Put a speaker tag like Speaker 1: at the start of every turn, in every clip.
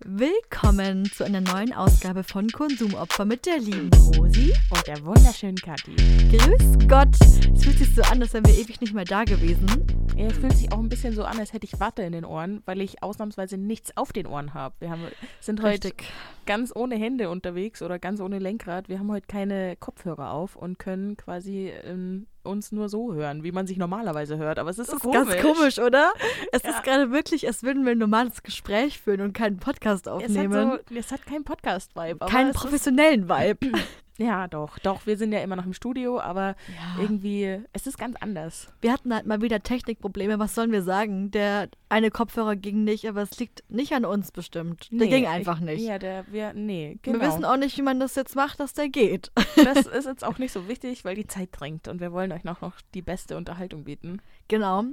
Speaker 1: Willkommen zu einer neuen Ausgabe von Konsumopfer mit der lieben Rosi.
Speaker 2: Und der wunderschönen Kathi.
Speaker 1: Grüß Gott! Es fühlt sich so an, als wären wir ewig nicht mehr da gewesen.
Speaker 2: Ja, Es fühlt sich auch ein bisschen so an, als hätte ich Watte in den Ohren, weil ich ausnahmsweise nichts auf den Ohren habe. Wir haben, sind heute
Speaker 1: Richtig.
Speaker 2: ganz ohne Hände unterwegs oder ganz ohne Lenkrad. Wir haben heute keine Kopfhörer auf und können quasi ähm, uns nur so hören, wie man sich normalerweise hört. Aber es ist, so komisch.
Speaker 1: Ganz komisch, oder? Es
Speaker 2: Ja.
Speaker 1: ist gerade wirklich, als würden wir ein normales Gespräch führen und keinen Podcast
Speaker 2: Es hat,
Speaker 1: aufnehmen.
Speaker 2: so, es hat keinen Podcast-Vibe. aber
Speaker 1: keinen
Speaker 2: es ist-
Speaker 1: professionellen Vibe.
Speaker 2: Ja, doch, doch. Wir sind ja immer noch im Studio, aber
Speaker 1: Ah.
Speaker 2: irgendwie, es ist ganz anders.
Speaker 1: Wir hatten halt mal wieder Technikprobleme, was sollen wir sagen? Der eine Kopfhörer ging nicht, aber es liegt nicht an uns bestimmt. Der
Speaker 2: Nee,
Speaker 1: ging einfach
Speaker 2: ich-
Speaker 1: nicht.
Speaker 2: Ja, der, wir, nee, genau.
Speaker 1: Wir wissen auch nicht, wie man das jetzt macht, dass der geht.
Speaker 2: Das ist jetzt auch nicht so wichtig, weil die Zeit drängt und wir wollen euch noch, noch die beste Unterhaltung bieten.
Speaker 1: Genau.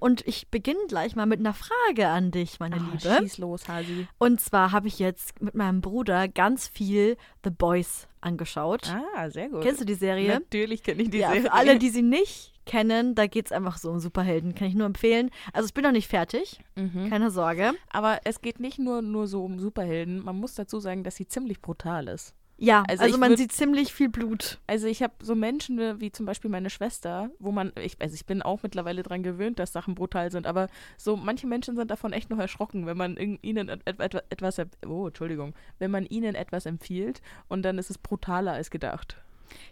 Speaker 1: Und ich beginne gleich mal mit einer Frage an dich, meine
Speaker 2: Ah,
Speaker 1: Liebe.
Speaker 2: Schieß los, Hasi.
Speaker 1: Und zwar habe ich jetzt mit meinem Bruder ganz viel The Boys angeschaut.
Speaker 2: Ah, sehr gut.
Speaker 1: Kennst du die Serie?
Speaker 2: Natürlich kenne ich die
Speaker 1: ja,
Speaker 2: Serie.
Speaker 1: für alle, die sie nicht kennen, da geht es einfach so um Superhelden. Kann ich nur empfehlen. Also ich bin noch nicht fertig,
Speaker 2: Mhm.
Speaker 1: keine Sorge.
Speaker 2: Aber es geht nicht nur, nur so um Superhelden. Man muss dazu sagen, dass sie ziemlich brutal ist.
Speaker 1: Ja, also,
Speaker 2: Also ich
Speaker 1: man
Speaker 2: würd-
Speaker 1: sieht ziemlich viel Blut.
Speaker 2: Also ich habe so Menschen wie- wie zum Beispiel meine Schwester, wo man, ich, also ich bin auch mittlerweile dran gewöhnt, dass Sachen brutal sind, aber so manche Menschen sind davon echt noch erschrocken, wenn man irg- ihnen et- et- et- etwas, et- oh Entschuldigung, wenn man ihnen etwas empfiehlt und dann ist es brutaler als gedacht.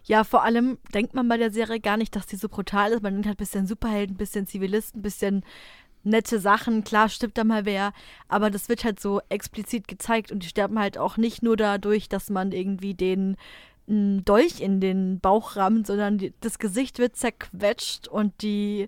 Speaker 1: Ja, vor allem denkt man bei der Serie gar nicht, dass die so brutal ist. Man denkt halt ein bisschen Superhelden, ein bisschen Zivilisten, ein bisschen nette Sachen. Klar, stirbt da mal wer. Aber das wird halt so explizit gezeigt und die sterben halt auch nicht nur dadurch, dass man irgendwie den hm, Dolch in den Bauch rammt, sondern die, das Gesicht wird zerquetscht und die.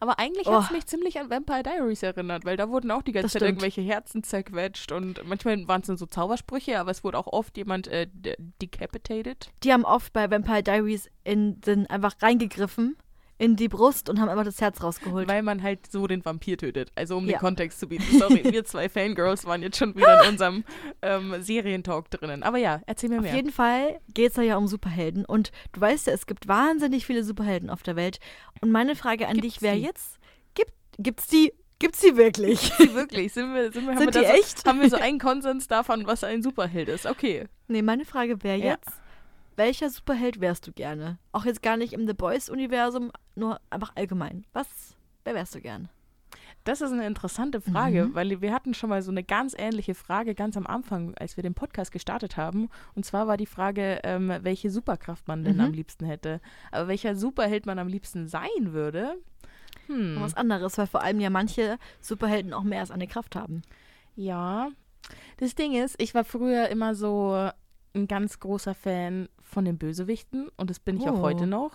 Speaker 2: Aber eigentlich
Speaker 1: Oh.
Speaker 2: hat es mich ziemlich an Vampire Diaries erinnert, weil da wurden auch die ganze
Speaker 1: Das
Speaker 2: Zeit
Speaker 1: stimmt.
Speaker 2: irgendwelche Herzen zerquetscht und manchmal waren es dann so Zaubersprüche, aber es wurde auch oft jemand äh, de decapitated.
Speaker 1: Die haben oft bei Vampire Diaries in den einfach reingegriffen in die Brust und haben einfach das Herz rausgeholt.
Speaker 2: Weil man halt so den Vampir tötet. Also um
Speaker 1: Ja.
Speaker 2: den Kontext zu bieten. Sorry, wir zwei Fangirls waren jetzt schon wieder in unserem ähm, Serientalk drinnen. Aber ja, erzähl mir
Speaker 1: Auf
Speaker 2: mehr.
Speaker 1: jeden Fall geht es da ja um Superhelden. Und du weißt ja, es gibt wahnsinnig viele Superhelden auf der Welt. Und meine Frage an
Speaker 2: Gibt's
Speaker 1: dich wäre
Speaker 2: die?
Speaker 1: jetzt: gibt, gibt's die? Gibt's die wirklich?
Speaker 2: Wirklich, sind wir, sind wir, haben,
Speaker 1: Sind
Speaker 2: wir
Speaker 1: die
Speaker 2: da
Speaker 1: echt?
Speaker 2: So, haben wir so einen Konsens davon, was ein Superheld ist. Okay.
Speaker 1: nee, meine Frage wäre
Speaker 2: Ja.
Speaker 1: jetzt: Welcher Superheld wärst du gerne? Auch jetzt gar nicht im The Boys-Universum, nur einfach allgemein. Was? Wer wärst du gern?
Speaker 2: Das ist eine interessante Frage,
Speaker 1: Mhm.
Speaker 2: weil wir hatten schon mal so eine ganz ähnliche Frage ganz am Anfang, als wir den Podcast gestartet haben. Und zwar war die Frage, ähm, welche Superkraft man denn
Speaker 1: Mhm.
Speaker 2: am liebsten hätte. Aber welcher Superheld man am liebsten sein würde? Hm.
Speaker 1: Was anderes, weil vor allem ja manche Superhelden auch mehr als eine Kraft haben.
Speaker 2: Ja. Das Ding ist, ich war früher immer so ein ganz großer Fan von den Bösewichten und das bin ich
Speaker 1: Oh.
Speaker 2: auch heute noch.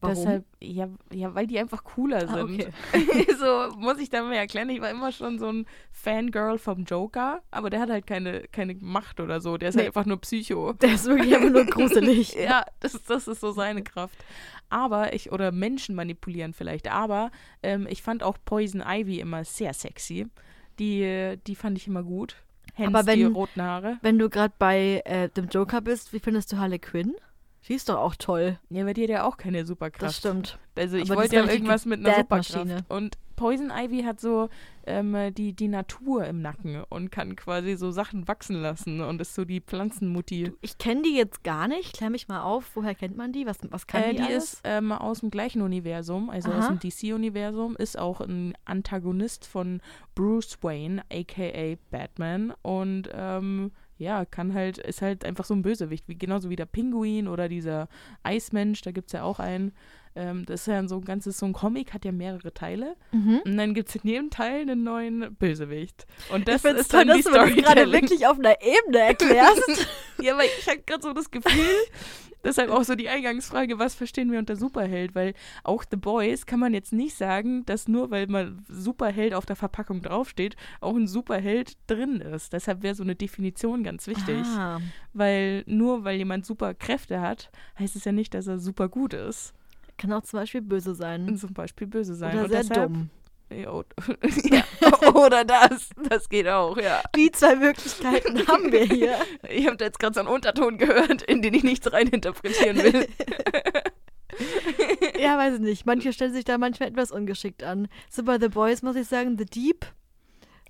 Speaker 1: Warum?
Speaker 2: Deshalb, ja, ja, weil die einfach cooler sind.
Speaker 1: Mhm. Ah, okay.
Speaker 2: so muss ich da mal erklären. Ich war immer schon so ein Fangirl vom Joker, aber der hat halt keine, keine Macht oder so. Der ist
Speaker 1: Nee.
Speaker 2: halt einfach nur Psycho.
Speaker 1: Der ist wirklich einfach nur gruselig.
Speaker 2: Ja, das, ist- das ist so seine Kraft. Aber ich, oder Menschen manipulieren vielleicht, aber ähm, ich fand auch Poison Ivy immer sehr sexy. Die, die fand ich immer gut. Hence
Speaker 1: Aber wenn-
Speaker 2: die roten Haare.
Speaker 1: Wenn du gerade bei äh, dem Joker bist, wie findest du Harley Quinn? Die ist doch auch toll.
Speaker 2: Ja, bei dir hat ja auch keine Superkraft.
Speaker 1: Das stimmt.
Speaker 2: Also ich
Speaker 1: Aber die halt ist
Speaker 2: wollte ja
Speaker 1: eine richtige
Speaker 2: irgendwas mit einer
Speaker 1: Dad-Maschine.
Speaker 2: Superkraft. Und Poison Ivy hat so ähm, die, die Natur im Nacken und kann quasi so Sachen wachsen lassen und ist so die Pflanzenmutti.
Speaker 1: Ich kenne die jetzt gar nicht. Klär mich mal auf. Woher kennt man die? Was, was kann
Speaker 2: äh,
Speaker 1: die,
Speaker 2: die
Speaker 1: alles?
Speaker 2: ist ähm, aus dem gleichen Universum, also
Speaker 1: Aha.
Speaker 2: aus dem DC-Universum, ist auch ein Antagonist von Bruce Wayne, aka Batman. Und ähm, ja, kann halt, ist halt einfach so ein Bösewicht, wie, genauso wie der Pinguin oder dieser Eismensch, da gibt es ja auch einen. Ähm, das ist ja so ein ganzes, so ein Comic hat ja mehrere Teile.
Speaker 1: Mhm.
Speaker 2: Und dann gibt es in jedem Teil einen neuen Bösewicht. Und
Speaker 1: Ich
Speaker 2: das
Speaker 1: finde es
Speaker 2: ist
Speaker 1: toll,
Speaker 2: dann die
Speaker 1: dass du mir das gerade
Speaker 2: Storytelling.
Speaker 1: wirklich auf einer Ebene erklärst.
Speaker 2: Ja, weil ich habe gerade so das Gefühl, deshalb auch so die Eingangsfrage, was verstehen wir unter Superheld? Weil auch The Boys kann man jetzt nicht sagen, dass nur weil man Superheld auf der Verpackung draufsteht, auch ein Superheld drin ist. Deshalb wäre so eine Definition ganz wichtig.
Speaker 1: Ah,
Speaker 2: Weil nur weil jemand super Kräfte hat, heißt es ja nicht, dass er super gut ist.
Speaker 1: kann auch zum Beispiel böse sein.
Speaker 2: Zum Beispiel böse sein.
Speaker 1: Oder
Speaker 2: Und
Speaker 1: sehr
Speaker 2: deshalb,
Speaker 1: dumm.
Speaker 2: Ja, o- ja, oder das. Das geht auch, ja.
Speaker 1: Die zwei Möglichkeiten haben wir hier.
Speaker 2: Ich habe da jetzt gerade so einen Unterton gehört, in den ich nichts reininterpretieren will.
Speaker 1: Ja, weiß ich nicht. Manche stellen sich da manchmal etwas ungeschickt an. So bei The Boys muss ich sagen, The Deep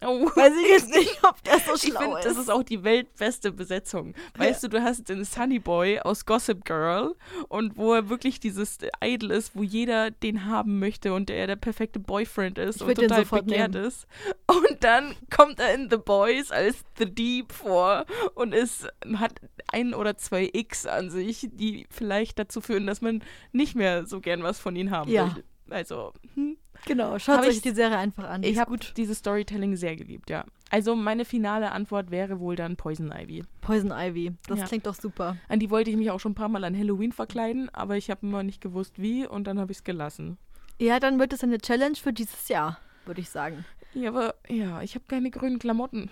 Speaker 2: Oh.
Speaker 1: Weiß ich jetzt nicht, ob der so
Speaker 2: Ich
Speaker 1: schlau
Speaker 2: finde, das
Speaker 1: ist.
Speaker 2: ist auch die weltbeste Besetzung. Weißt du, du hast den Sunny Boy aus Gossip Girl und wo er wirklich dieses Idol ist, wo jeder den haben möchte und der der perfekte Boyfriend ist
Speaker 1: Ich
Speaker 2: und
Speaker 1: würd den
Speaker 2: total
Speaker 1: sofort
Speaker 2: begehrt
Speaker 1: nehmen.
Speaker 2: ist. Und dann kommt er in The Boys als The Deep vor und ist, hat ein oder zwei X an sich, die vielleicht dazu führen, dass man nicht mehr so gern was von ihnen haben
Speaker 1: Ja.
Speaker 2: möchte. Also, hm.
Speaker 1: Genau, schaut
Speaker 2: Hab
Speaker 1: euch
Speaker 2: ich-
Speaker 1: die Serie einfach an. Die
Speaker 2: Ich
Speaker 1: ist
Speaker 2: habe
Speaker 1: gut.
Speaker 2: dieses Storytelling sehr geliebt, ja. Also meine finale Antwort wäre wohl dann Poison Ivy.
Speaker 1: Poison Ivy. Das
Speaker 2: Ja.
Speaker 1: klingt doch super.
Speaker 2: An die wollte ich mich auch schon ein paar Mal an Halloween verkleiden, aber ich habe immer nicht gewusst wie und dann habe ich es gelassen.
Speaker 1: Ja, dann wird es eine Challenge für dieses Jahr, würde ich sagen.
Speaker 2: Ja, aber ja, ich habe keine grünen Klamotten.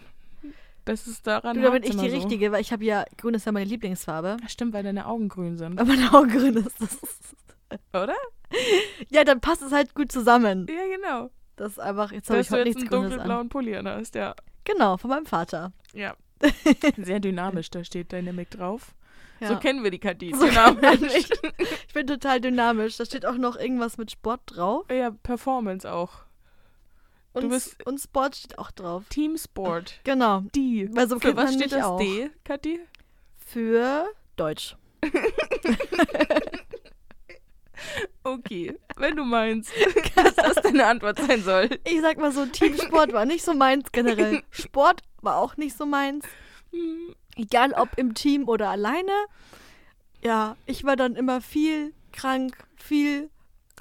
Speaker 2: Das ist daran.
Speaker 1: Du, da bin
Speaker 2: hakt's
Speaker 1: ich die
Speaker 2: immer so.
Speaker 1: Richtige, weil ich habe ja, grün ist ja meine Lieblingsfarbe.
Speaker 2: Ja, Stimmt, weil deine Augen grün sind,
Speaker 1: Aber meine Augen grün ist das.
Speaker 2: oder?
Speaker 1: Ja, dann passt es halt gut zusammen.
Speaker 2: Ja, genau.
Speaker 1: Das ist einfach, jetzt habe
Speaker 2: Dass
Speaker 1: ich
Speaker 2: du
Speaker 1: heute
Speaker 2: jetzt
Speaker 1: nichts
Speaker 2: einen
Speaker 1: Grünes an.
Speaker 2: dunkelblauen Pulli an hast, ja.
Speaker 1: Genau, von meinem Vater.
Speaker 2: Ja. Sehr dynamisch, da steht Dynamic drauf.
Speaker 1: Ja.
Speaker 2: So kennen wir die Kadis. genau.
Speaker 1: So kennen wir
Speaker 2: dynamisch.
Speaker 1: ich bin total dynamisch. Da steht auch noch irgendwas mit Sport drauf.
Speaker 2: ja, Performance auch.
Speaker 1: Und,
Speaker 2: bist-
Speaker 1: und Sport steht auch drauf.
Speaker 2: Teamsport.
Speaker 1: Genau.
Speaker 2: Die.
Speaker 1: Weil so
Speaker 2: Für
Speaker 1: kennt
Speaker 2: was
Speaker 1: man mich
Speaker 2: steht das
Speaker 1: auch.
Speaker 2: D, Kathi?
Speaker 1: Für Deutsch.
Speaker 2: Okay, wenn du meinst, dass das deine Antwort sein soll.
Speaker 1: Ich sag mal so, Teamsport war nicht so meins generell. Sport war auch nicht so meins.
Speaker 2: Hm,
Speaker 1: Egal ob im Team oder alleine. Ja, ich war dann immer viel krank, viel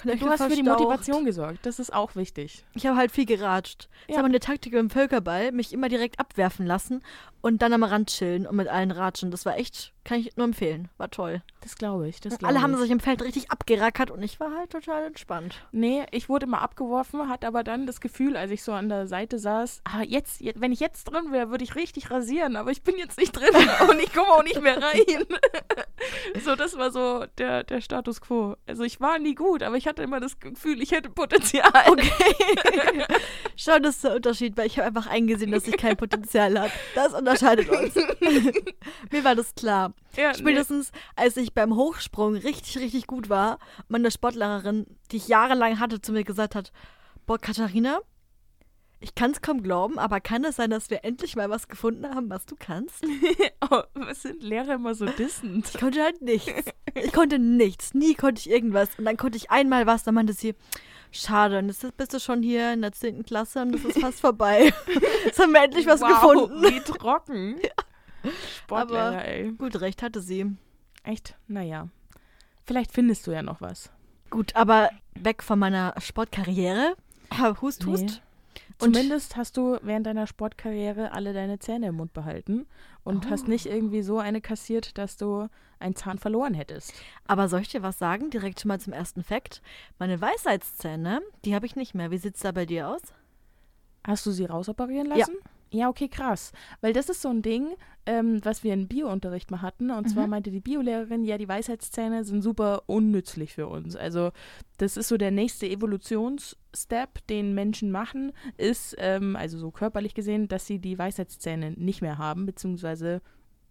Speaker 2: Du hast für die
Speaker 1: verstaucht.
Speaker 2: Motivation gesorgt, das ist auch wichtig.
Speaker 1: Ich habe halt viel geratscht. Das
Speaker 2: Ja.
Speaker 1: war meine Taktik beim Völkerball, mich immer direkt abwerfen lassen und dann am Rand chillen und mit allen ratschen. Das war echt, kann ich nur empfehlen. War toll.
Speaker 2: Das glaube ich. Das glaub
Speaker 1: Alle haben
Speaker 2: ich.
Speaker 1: sich im Feld richtig abgerackert und ich war halt total entspannt.
Speaker 2: Nee, ich wurde immer abgeworfen, hatte aber dann das Gefühl, als ich so an der Seite saß, ah, jetzt, je- wenn ich jetzt drin wäre, würde ich richtig rasieren, aber ich bin jetzt nicht drin und ich komme auch nicht mehr rein. so, das war so der, der Status quo. Also ich war nie gut, aber ich hatte immer das Gefühl, ich hätte Potenzial.
Speaker 1: Okay. Schon ist der Unterschied, weil ich habe einfach eingesehen, dass ich kein Potenzial habe. Das unterscheidet uns. Mir war das klar.
Speaker 2: Ja, nee.
Speaker 1: Spätestens als ich beim Hochsprung richtig, richtig gut war, meine Sportlehrerin, die ich jahrelang hatte, zu mir gesagt hat, boah, Katharina, ich kann es kaum glauben, aber kann es sein, dass wir endlich mal was gefunden haben, was du kannst?
Speaker 2: Oh, was sind Lehrer immer so dissend?
Speaker 1: Ich konnte halt nichts. Ich konnte nichts. Nie konnte ich irgendwas. Und dann konnte ich einmal was, dann meinte sie, schade, und jetzt bist du schon hier in der 10. Klasse und das ist fast vorbei. Jetzt haben wir endlich was
Speaker 2: wow,
Speaker 1: gefunden.
Speaker 2: Wie trocken. Sportlehrer,
Speaker 1: Aber-
Speaker 2: ey.
Speaker 1: Gut, recht hatte sie.
Speaker 2: Echt? Naja. Vielleicht findest du ja noch was.
Speaker 1: Gut, aber weg von meiner Sportkarriere. Ah, Hust, hust.
Speaker 2: Nee.
Speaker 1: Und-
Speaker 2: Zumindest hast du während deiner Sportkarriere alle deine Zähne im Mund behalten und
Speaker 1: Oh.
Speaker 2: hast nicht irgendwie so eine kassiert, dass du einen Zahn verloren hättest.
Speaker 1: Aber soll ich dir was sagen? Direkt schon mal zum ersten Fakt. Meine Weisheitszähne, die habe ich nicht mehr. Wie sieht es da bei dir aus?
Speaker 2: Hast du sie rausoperieren
Speaker 1: Ja.
Speaker 2: lassen? Ja. okay, krass. Weil das ist so ein Ding, ähm, was wir im Biounterricht mal hatten. Und zwar meinte die Biolehrerin, ja, die Weisheitszähne sind super unnützlich für uns. Also das ist so der nächste Evolutionsstep, den Menschen machen, ist, ähm, also so körperlich gesehen, dass sie die Weisheitszähne nicht mehr haben, beziehungsweise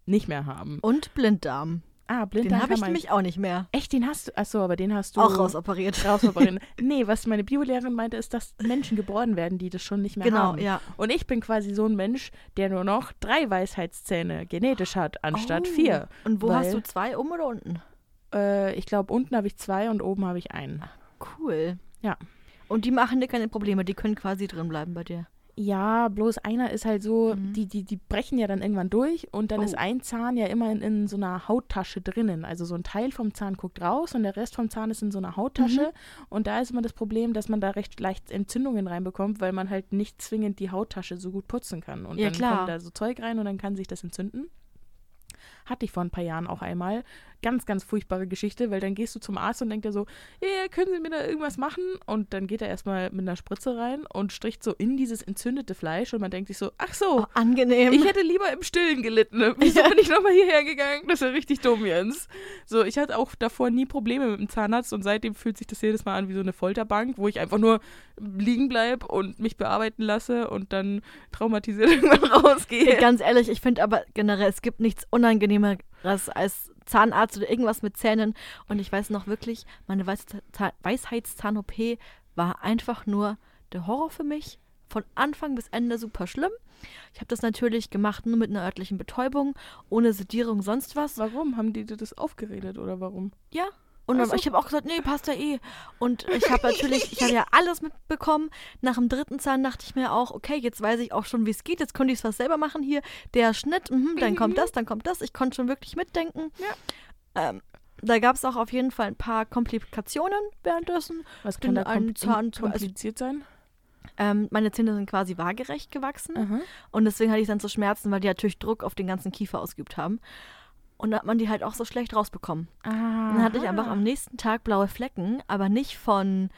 Speaker 2: nicht mehr haben.
Speaker 1: Und Blinddarm.
Speaker 2: Ah, blind
Speaker 1: Den habe ich nämlich auch nicht mehr.
Speaker 2: Echt, den hast du. Achso, aber den hast du.
Speaker 1: Auch rausoperiert.
Speaker 2: Rausoperieren. nee, was meine Biolehrerin meinte, ist, dass Menschen geboren werden, die das schon nicht mehr
Speaker 1: Genau,
Speaker 2: haben.
Speaker 1: ja.
Speaker 2: Und ich bin quasi so ein Mensch, der nur noch drei Weisheitszähne genetisch hat, anstatt
Speaker 1: Oh.
Speaker 2: vier.
Speaker 1: Und wo hast
Speaker 2: Weil-
Speaker 1: du zwei? Oben oder unten?
Speaker 2: Äh, ich glaube, unten habe ich zwei und oben habe ich einen.
Speaker 1: Cool.
Speaker 2: Ja.
Speaker 1: Und die machen dir keine Probleme. Die können quasi drin bleiben bei dir.
Speaker 2: Ja, bloß einer ist halt so, die, die, die brechen ja dann irgendwann durch und dann
Speaker 1: Mhm. Oh.
Speaker 2: ist ein Zahn ja immer in, in so einer Hauttasche drinnen. Also so ein Teil vom Zahn guckt raus und der Rest vom Zahn ist in so einer Hauttasche.
Speaker 1: Mhm.
Speaker 2: Und da ist immer das Problem, dass man da recht leicht Entzündungen reinbekommt, weil man halt nicht zwingend die Hauttasche so gut putzen kann. Und
Speaker 1: Ja,
Speaker 2: dann
Speaker 1: klar.
Speaker 2: kommt da so Zeug rein und dann kann sich das entzünden. Hatte ich vor ein paar Jahren auch einmal. Ganz, ganz furchtbare Geschichte, weil dann gehst du zum Arzt und denkt er so, ja, ja, können Sie mir da irgendwas machen? Und dann geht er erstmal mit einer Spritze rein und stricht so in dieses entzündete Fleisch und man denkt sich so, ach so,
Speaker 1: Oh, angenehm.
Speaker 2: ich hätte lieber im Stillen gelitten. Wieso bin ich nochmal hierher gegangen? Das ist ja richtig dumm, Jens. So, ich hatte auch davor nie Probleme mit dem Zahnarzt und seitdem fühlt sich das jedes Mal an wie so eine Folterbank, wo ich einfach nur liegen bleibe und mich bearbeiten lasse und dann traumatisiert irgendwann rausgehe.
Speaker 1: Ganz ehrlich, ich finde aber generell, es gibt nichts Unangenehmeres als Zahnarzt oder irgendwas mit Zähnen. Und ich weiß noch wirklich, meine Weisheitszahn-OP war einfach nur der Horror für mich. von Anfang bis Ende super schlimm. Ich habe das natürlich gemacht nur mit einer örtlichen Betäubung, ohne Sedierung, sonst was.
Speaker 2: Warum? Haben die dir das aufgeredet oder warum?
Speaker 1: Ja. Und dann,
Speaker 2: Ach so.
Speaker 1: ich habe auch gesagt, nee, passt ja eh. Und ich habe natürlich, ich habe ja alles mitbekommen. Nach dem dritten Zahn dachte ich mir auch, okay, jetzt weiß ich auch schon, wie es geht. Jetzt konnte ich es fast selber machen hier. Der Schnitt, mhm, dann kommt das, dann kommt das. Ich konnte schon wirklich mitdenken. Ähm, da gab es auch auf jeden Fall ein paar Komplikationen währenddessen.
Speaker 2: Was
Speaker 1: In
Speaker 2: kann da
Speaker 1: einem
Speaker 2: kompl-
Speaker 1: Zahn-
Speaker 2: kompliziert sein?
Speaker 1: Ähm, meine Zähne sind quasi waagerecht gewachsen.
Speaker 2: Aha.
Speaker 1: Und deswegen hatte ich dann so Schmerzen, weil die halt natürlich Druck auf den ganzen Kiefer ausgeübt haben. Und da hat man die halt auch so schlecht rausbekommen.
Speaker 2: Ah.
Speaker 1: Und dann hatte ich einfach am nächsten Tag blaue Flecken, aber nicht von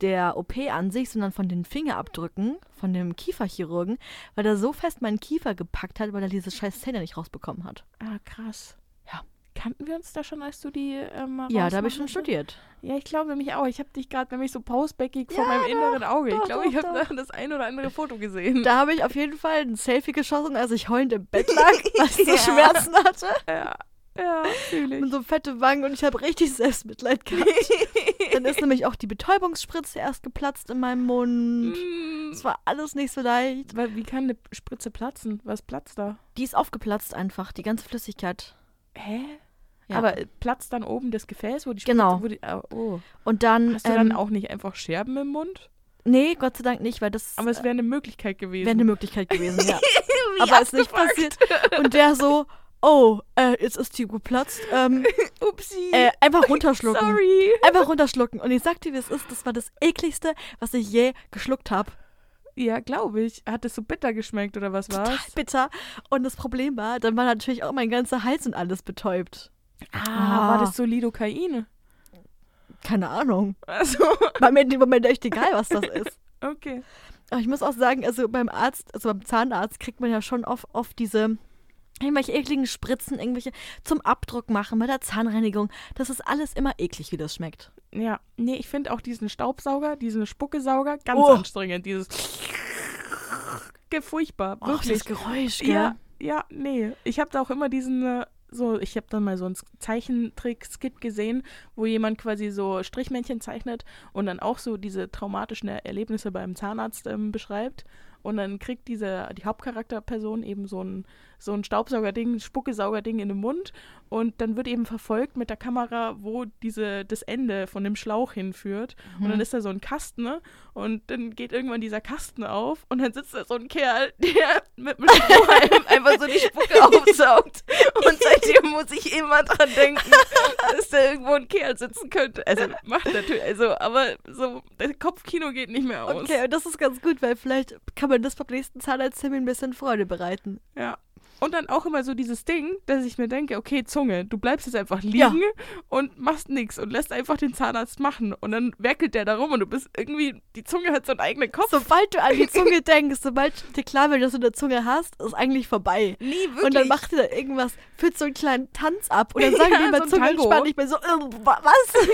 Speaker 1: der OP an sich, sondern von den Fingerabdrücken von dem Kieferchirurgen, weil er so fest meinen Kiefer gepackt hat, weil er diese scheiß Zähne nicht rausbekommen hat.
Speaker 2: Ah, krass.
Speaker 1: Ja.
Speaker 2: Kannten wir uns da schon, als du die ähm, mal
Speaker 1: Ja, da habe ich schon
Speaker 2: rausmachen-
Speaker 1: studiert.
Speaker 2: Ja, ich glaube nämlich auch. Ich habe dich gerade nämlich so pausbäckig vor
Speaker 1: Ja,
Speaker 2: meinem
Speaker 1: doch,
Speaker 2: inneren Auge.
Speaker 1: doch,
Speaker 2: ich glaube, ich
Speaker 1: doch,
Speaker 2: habe da das ein oder andere Foto gesehen.
Speaker 1: Da habe ich auf jeden Fall ein Selfie geschossen, als ich heulend im Bett lag, weil ich so
Speaker 2: Ja.
Speaker 1: Schmerzen hatte.
Speaker 2: ja, ja,
Speaker 1: Und
Speaker 2: natürlich.
Speaker 1: so fette Wangen und ich habe richtig Selbstmitleid gehabt. Dann ist nämlich auch die Betäubungsspritze erst geplatzt in meinem Mund.
Speaker 2: Mm.
Speaker 1: Es war alles nicht so leicht.
Speaker 2: Weil, wie kann eine Spritze platzen? Was platzt da?
Speaker 1: Die ist aufgeplatzt einfach, die ganze Flüssigkeit.
Speaker 2: Hä?
Speaker 1: Ja.
Speaker 2: Aber äh, platzt dann oben das Gefäß, wo die Spritze...
Speaker 1: Genau.
Speaker 2: Wo die, ah, oh.
Speaker 1: Und dann.
Speaker 2: Hast du
Speaker 1: ähm,
Speaker 2: dann auch nicht einfach Scherben im Mund?
Speaker 1: Nee, Gott sei Dank nicht, weil das
Speaker 2: Aber
Speaker 1: wäre
Speaker 2: es wäre eine Möglichkeit gewesen.
Speaker 1: Äh. eine Möglichkeit gewesen, ja. Aber ist nicht
Speaker 2: abgefuckt.
Speaker 1: passiert. Und der so, oh, äh, jetzt ist die geplatzt. Ähm,
Speaker 2: Upsi.
Speaker 1: äh, einfach runterschlucken.
Speaker 2: Sorry.
Speaker 1: Einfach runterschlucken. Und ich sag dir, wie es ist, das war das ekligste, was ich je geschluckt habe.
Speaker 2: Ja, glaube ich. Hat es so bitter geschmeckt oder was
Speaker 1: Total
Speaker 2: war's?
Speaker 1: bitter. Und das Problem war, dann war natürlich auch mein ganzer Hals und alles betäubt.
Speaker 2: Ah, war das Solidokaine?
Speaker 1: Keine Ahnung.
Speaker 2: Also,
Speaker 1: War mir in dem Moment echt egal, was das ist.
Speaker 2: okay.
Speaker 1: Aber ich muss auch sagen, also beim Arzt, also beim Zahnarzt kriegt man ja schon oft, oft diese irgendwelche ekligen Spritzen, irgendwelche zum Abdruck machen bei der Zahnreinigung. Das ist alles immer eklig, wie das schmeckt.
Speaker 2: Ja, nee, ich finde auch diesen Staubsauger, diesen Spuckesauger ganz
Speaker 1: Oh.
Speaker 2: anstrengend. Dieses Ge- furchtbar,
Speaker 1: Och,
Speaker 2: wirklich.
Speaker 1: dieses Geräusch, gell?
Speaker 2: ja, ja, nee. Ich habe da auch immer diesen äh, so, ich habe dann mal so einen Zeichentrick-Skit gesehen, wo jemand quasi so Strichmännchen zeichnet und dann auch so diese traumatischen Er- Erlebnisse beim Zahnarzt ähm, beschreibt. Und dann kriegt diese, die Hauptcharakterperson eben so ein, so ein Staubsaugerding, ein Spuckesaugerding in den Mund und dann wird eben verfolgt mit der Kamera, wo diese, das Ende von dem Schlauch hinführt. Und dann ist da so ein Kasten ne? und dann geht irgendwann dieser Kasten auf und dann sitzt da so ein Kerl, der mit einem Strohhalm einfach so die Spucke aufsaugt. Und seitdem muss ich immer dran denken, dass da irgendwo ein Kerl sitzen könnte. Also macht natürlich, also, aber so, der Kopfkino geht nicht mehr aus.
Speaker 1: Okay, und das ist ganz gut, weil vielleicht kann man das beim nächsten Zahnarzttermin ein bisschen Freude bereiten.
Speaker 2: Ja. Und dann auch immer so dieses Ding, dass ich mir denke, okay, Zunge, du bleibst jetzt einfach liegen
Speaker 1: Ja.
Speaker 2: und machst nichts und lässt einfach den Zahnarzt machen. Und dann werkelt der da rum und du bist irgendwie, die Zunge hat so einen eigenen Kopf.
Speaker 1: Sobald du an die Zunge denkst, sobald dir klar wird, dass du eine Zunge hast, ist eigentlich vorbei.
Speaker 2: Nee, wirklich.
Speaker 1: Und dann macht ihr da irgendwas, führt so einen kleinen Tanz ab. Oder sagen
Speaker 2: Ja,
Speaker 1: die immer
Speaker 2: so ein
Speaker 1: Zunge
Speaker 2: Tango.
Speaker 1: entspannt. Ich bin so, äh, wa- was?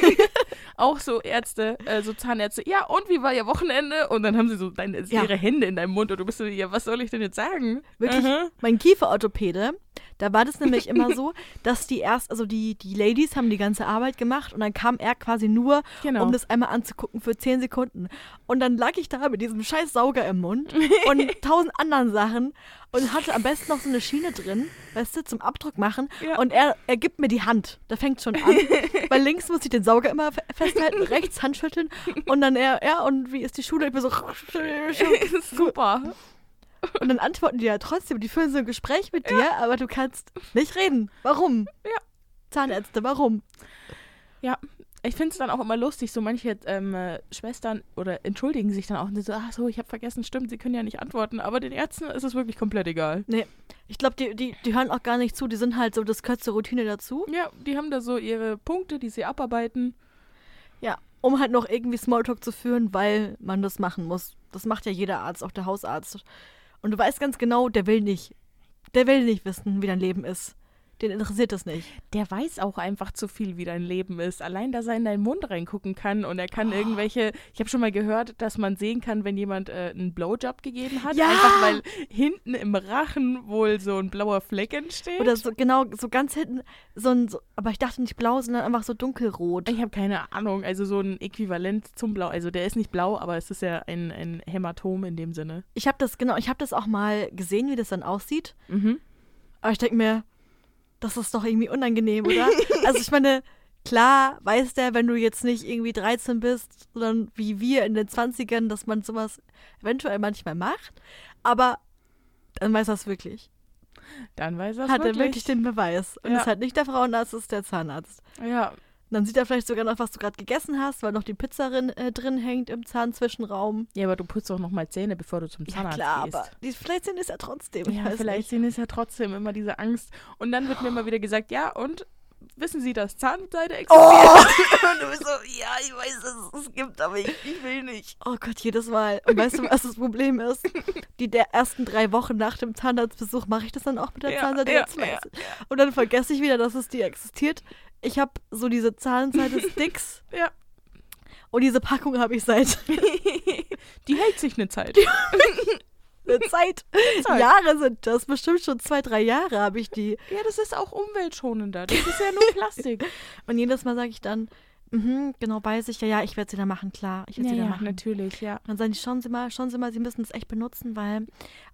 Speaker 2: auch so Ärzte, äh, so Zahnärzte, ja, und wie war ihr Wochenende? Und dann haben sie so deine,
Speaker 1: Ja.
Speaker 2: ihre Hände in deinem Mund und du bist so, ja, was soll ich denn jetzt sagen? Mhm.
Speaker 1: Wirklich,
Speaker 2: Aha.
Speaker 1: mein Kieferorthopäde, da war das nämlich immer so, dass die erst, also die, die Ladies haben die ganze Arbeit gemacht und dann kam er quasi nur,
Speaker 2: Genau.
Speaker 1: um das einmal anzugucken für 10 Sekunden. Und dann lag ich da mit diesem scheiß Sauger im Mund und tausend anderen Sachen und hatte am besten noch so eine Schiene drin, weißt du, zum Abdruck machen.
Speaker 2: Ja.
Speaker 1: Und er, er gibt mir die Hand. Da fängt schon an. Bei links muss ich den Sauger immer fe- festhalten, rechts Hand schütteln und dann er, ja, und wie ist die Schule? Ich bin so,
Speaker 2: Super.
Speaker 1: und dann antworten die ja trotzdem, die führen so ein Gespräch mit dir, aber du kannst nicht reden. Warum?
Speaker 2: Ja.
Speaker 1: Zahnärzte, warum?
Speaker 2: Ja, ich finde es dann auch immer lustig, so manche ähm, äh, Schwestern oder entschuldigen sich dann auch und so, ach so, ich habe vergessen, stimmt, sie können ja nicht antworten, aber den Ärzten ist es wirklich komplett egal.
Speaker 1: Nee. Ich glaube, die, die, die hören auch gar nicht zu, die sind halt so, das gehört zur Routine dazu.
Speaker 2: Ja, die haben da so ihre Punkte, die sie abarbeiten.
Speaker 1: Ja. Um halt noch irgendwie Smalltalk zu führen, weil man das machen muss. Das macht ja jeder Arzt, auch der Hausarzt. Und du weißt ganz genau, der will nicht. Der will nicht wissen, wie dein Leben ist. Den interessiert das nicht.
Speaker 2: Der weiß auch einfach zu viel, wie dein Leben ist. Allein, dass er in deinen Mund reingucken kann und er
Speaker 1: Oh.
Speaker 2: kann irgendwelche. Ich habe schon mal gehört, dass man sehen kann, wenn jemand äh, einen Blowjob gegeben hat.
Speaker 1: Ja!
Speaker 2: Einfach weil hinten im Rachen wohl so ein blauer Fleck entsteht.
Speaker 1: Oder so, genau, so ganz hinten, so ein, so, aber ich dachte nicht blau, sondern einfach so dunkelrot.
Speaker 2: ich habe keine Ahnung. Also so ein Äquivalent zum Blau. Also der ist nicht blau, aber es ist ja ein, ein Hämatom in dem Sinne.
Speaker 1: Ich habe das, genau, ich habe das auch mal gesehen, wie das dann aussieht.
Speaker 2: Mhm.
Speaker 1: Aber ich denke mir, das ist doch irgendwie unangenehm, oder? also ich meine, klar weiß der, wenn du jetzt nicht irgendwie 13 bist, sondern wie wir in den 20ern, dass man sowas eventuell manchmal macht. Aber dann weiß er es wirklich.
Speaker 2: Dann weiß er
Speaker 1: Hat er wirklich den Beweis. Und
Speaker 2: Ja.
Speaker 1: ist halt nicht der Frauenarzt, ist der Zahnarzt.
Speaker 2: Ja,
Speaker 1: Und dann sieht er vielleicht sogar noch, was du gerade gegessen hast, weil noch die Pizza drin, äh, drin hängt im Zahnzwischenraum.
Speaker 2: Ja, aber du putzt doch nochmal Zähne, bevor du zum
Speaker 1: Ja,
Speaker 2: Zahnarzt
Speaker 1: klar,
Speaker 2: gehst.
Speaker 1: aber die, vielleicht sind es ja trotzdem. ich
Speaker 2: ja,
Speaker 1: weiß
Speaker 2: vielleicht
Speaker 1: Nicht.
Speaker 2: sehen es ja trotzdem immer diese Angst. Und dann wird mir immer wieder gesagt, ja, und wissen Sie, dass Zahnseide
Speaker 1: Oh.
Speaker 2: existiert?
Speaker 1: Und du bist so, ja, ich weiß, dass es es gibt, aber ich, ich will nicht. Oh Gott, jedes Mal. Und weißt du, was das Problem ist? Die der ersten drei Wochen nach dem Zahnarztbesuch mache ich das dann auch mit der
Speaker 2: Ja,
Speaker 1: Zahnseite.
Speaker 2: ja,
Speaker 1: jetzt weiß ich. Und dann vergesse ich wieder, dass es die existiert. Ich habe so diese Zahnseite-Sticks
Speaker 2: Ja.
Speaker 1: und diese Packung habe ich seit
Speaker 2: Die hält sich eine Zeit.
Speaker 1: einer Zeit.
Speaker 2: Zeit.
Speaker 1: Jahre sind das. Bestimmt schon zwei, drei Jahre habe ich die.
Speaker 2: Ja, das ist auch umweltschonender. Das ist ja nur Plastik.
Speaker 1: Und jedes Mal sage ich dann, mhm, genau weiß ich, ja, ja, ich werde es wieder machen, klar, ich werde es wieder machen.
Speaker 2: natürlich, ja.
Speaker 1: Und dann sagen die, schauen Sie mal, schauen Sie mal, Sie müssen es echt benutzen, weil